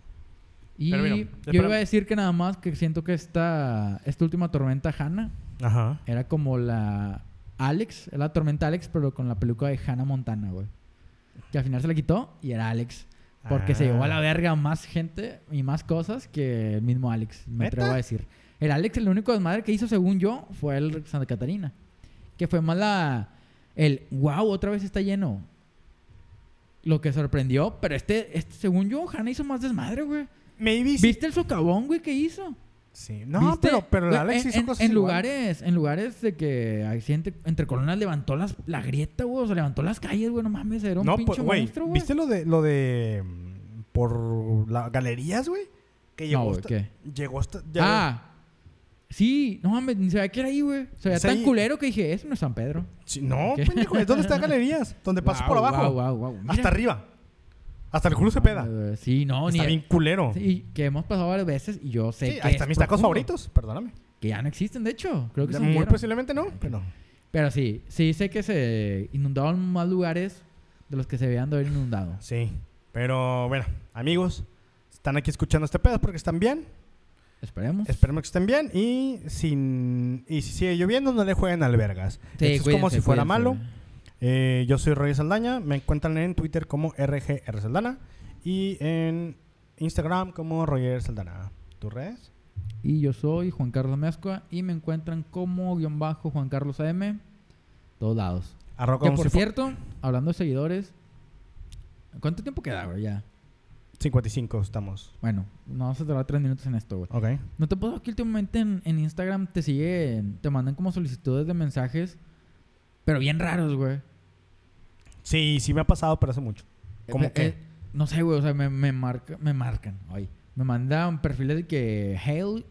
Speaker 2: Y
Speaker 1: Pero mira,
Speaker 2: yo iba a
Speaker 1: espérame.
Speaker 2: decir que nada más que siento que esta, esta última tormenta Hannah
Speaker 1: Ajá.
Speaker 2: era como la Alex, era la tormenta Alex, pero con la peluca de Hannah Montana, güey. Que al final se la quitó y era Alex. Porque se
Speaker 1: Ah.
Speaker 2: llevó a la verga más gente y más cosas que el mismo Alex, me
Speaker 1: ¿Neta?
Speaker 2: atrevo a decir. El Alex, el único desmadre que hizo, según yo, fue el Santa Catarina. Que fue más la... El, wow, otra vez está lleno. Lo que sorprendió, pero este, este según yo, Hanna hizo más desmadre, güey.
Speaker 1: Maybe sí.
Speaker 2: ¿Viste el socavón, güey, que hizo?
Speaker 1: Sí. No,
Speaker 2: ¿Viste?
Speaker 1: pero, pero el
Speaker 2: Güey,
Speaker 1: Alex
Speaker 2: en,
Speaker 1: hizo
Speaker 2: en-
Speaker 1: cosas
Speaker 2: en
Speaker 1: igual.
Speaker 2: lugares En lugares de que hay gente, entre colonias levantó las, la grieta, güey. O sea, levantó las calles, güey. No mames, era un
Speaker 1: No, pues,
Speaker 2: pinche
Speaker 1: güey.
Speaker 2: monstruo, güey.
Speaker 1: ¿Viste lo de, lo de. mm, Por las galerías, güey? Que llegó
Speaker 2: No, güey,
Speaker 1: hasta.
Speaker 2: ¿qué?
Speaker 1: Llegó hasta. ya-
Speaker 2: Ah. Sí, no mames, ni se veía que era ahí, güey. Se veía
Speaker 1: Es
Speaker 2: tan
Speaker 1: ahí.
Speaker 2: culero que dije, eso no es San Pedro.
Speaker 1: Sí, no,
Speaker 2: ¿Qué?
Speaker 1: pendejo. Es donde están galerías. Donde pasas por abajo.
Speaker 2: Wow, wow, wow.
Speaker 1: Hasta arriba. Hasta el Julio Cepeda.
Speaker 2: Ah, Sí, no,
Speaker 1: Está
Speaker 2: ni.
Speaker 1: bien culero. Sí,
Speaker 2: Sí, que hemos pasado varias veces y yo sé que.
Speaker 1: ahí
Speaker 2: es
Speaker 1: están mis tacos
Speaker 2: profundo,
Speaker 1: favoritos. Perdóname.
Speaker 2: Que ya no existen, de hecho. Creo que se
Speaker 1: Muy pues
Speaker 2: hundieron.
Speaker 1: posiblemente no, pero.
Speaker 2: Pero sí, sí sé que se inundaron más lugares de los que se veían de haber inundado.
Speaker 1: Sí. Pero bueno, amigos, están aquí escuchando este pedo porque están bien.
Speaker 2: Esperemos.
Speaker 1: Esperemos que estén bien y, sin, y si sigue lloviendo, no le jueguen albergas. Esto
Speaker 2: Sí,
Speaker 1: es como
Speaker 2: cuídense,
Speaker 1: si fuera
Speaker 2: cuídense.
Speaker 1: malo. Eh, yo soy Roy Saldaña. Me encuentran en Twitter como RGR Saldana y en Instagram como Roger Saldana. ¿Tus redes?
Speaker 2: Y yo soy Juan Carlos Mezcua y me encuentran como guión bajo Juan Carlos AM. Todos lados.
Speaker 1: Arroba
Speaker 2: Que
Speaker 1: como
Speaker 2: por
Speaker 1: si fu-
Speaker 2: cierto, hablando de seguidores, ¿cuánto tiempo queda, güey? Ya.
Speaker 1: 55 estamos.
Speaker 2: Bueno, no vamos a tardar tres minutos en esto, güey.
Speaker 1: Ok.
Speaker 2: ¿No te puedo que últimamente en, en Instagram te siguen, te mandan como solicitudes de mensajes, pero bien raros, güey?
Speaker 1: Sí, sí me ha pasado, pero hace mucho. ¿Cómo
Speaker 2: Eh,
Speaker 1: qué?
Speaker 2: eh, no sé, güey, o sea, me, me marca- me marcan, ay. Me mandan perfiles de que Hail-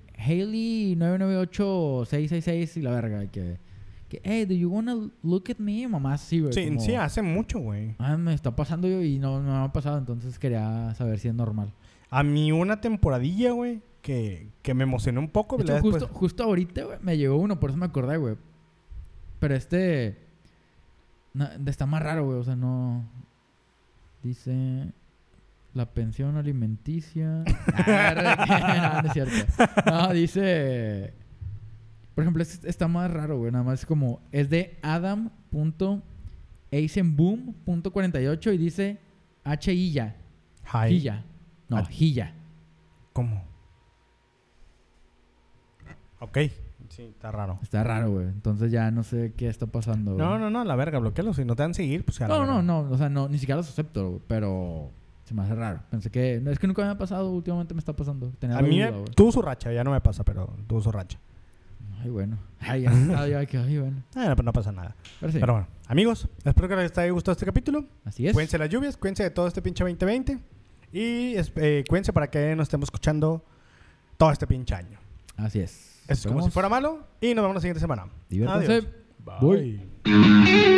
Speaker 2: Hailey998666 y la verga, de que, que, hey, do you wanna look at me? Mamá, sí, güey.
Speaker 1: Sí,
Speaker 2: como,
Speaker 1: sí, hace mucho, güey.
Speaker 2: Ah, me está pasando yo y no, no me ha pasado, entonces quería saber si es normal.
Speaker 1: A mí una temporadilla, güey, que, que me emocioné un poco.
Speaker 2: De hecho,
Speaker 1: ¿verdad? Pues,
Speaker 2: justo,
Speaker 1: Después-
Speaker 2: justo ahorita, güey, me llegó uno, por eso me acordé, güey. Pero este. na- está más raro, güey. O sea, no. Dice. La pensión alimenticia. Ah, no, no es cierto. No, dice. Por ejemplo, este está más raro, güey. Nada más es como. Es de adam.eisenboom.48 y dice. H-I-Ya.
Speaker 1: Hi.
Speaker 2: Hilla. No,
Speaker 1: Ah.
Speaker 2: Hilla.
Speaker 1: ¿Cómo? Ok. Sí, está raro.
Speaker 2: Está raro, güey. Entonces ya no sé qué está pasando. güey.
Speaker 1: No, no, no, la verga, bloquealo. Si no te dan seguir, pues a la
Speaker 2: No, no,
Speaker 1: verga.
Speaker 2: no, o sea, no, ni siquiera los acepto, güey, pero se me hace raro. Pensé que, no, es que nunca me ha pasado, últimamente me está pasando. Tenía
Speaker 1: A
Speaker 2: la
Speaker 1: mí
Speaker 2: duda,
Speaker 1: me-
Speaker 2: güey.
Speaker 1: tuvo su racha, ya no me pasa, pero tuvo su racha.
Speaker 2: Ay, bueno. Ay, ya, ah, ya, que, ay, bueno.
Speaker 1: Ah, no, pero no pasa nada.
Speaker 2: Pero sí,
Speaker 1: Pero bueno, amigos, espero que les haya gustado este capítulo.
Speaker 2: así es.
Speaker 1: Cuídense las lluvias, cuídense de todo este pinche 2020. Y es- eh, cuídense para que nos estemos escuchando todo este pinche año.
Speaker 2: Así es.
Speaker 1: Eso es como si
Speaker 2: Esperemos.
Speaker 1: fuera malo. Y nos vemos la siguiente semana.
Speaker 2: Diviértanse.
Speaker 1: Adiós.
Speaker 2: Voy.
Speaker 1: Bye.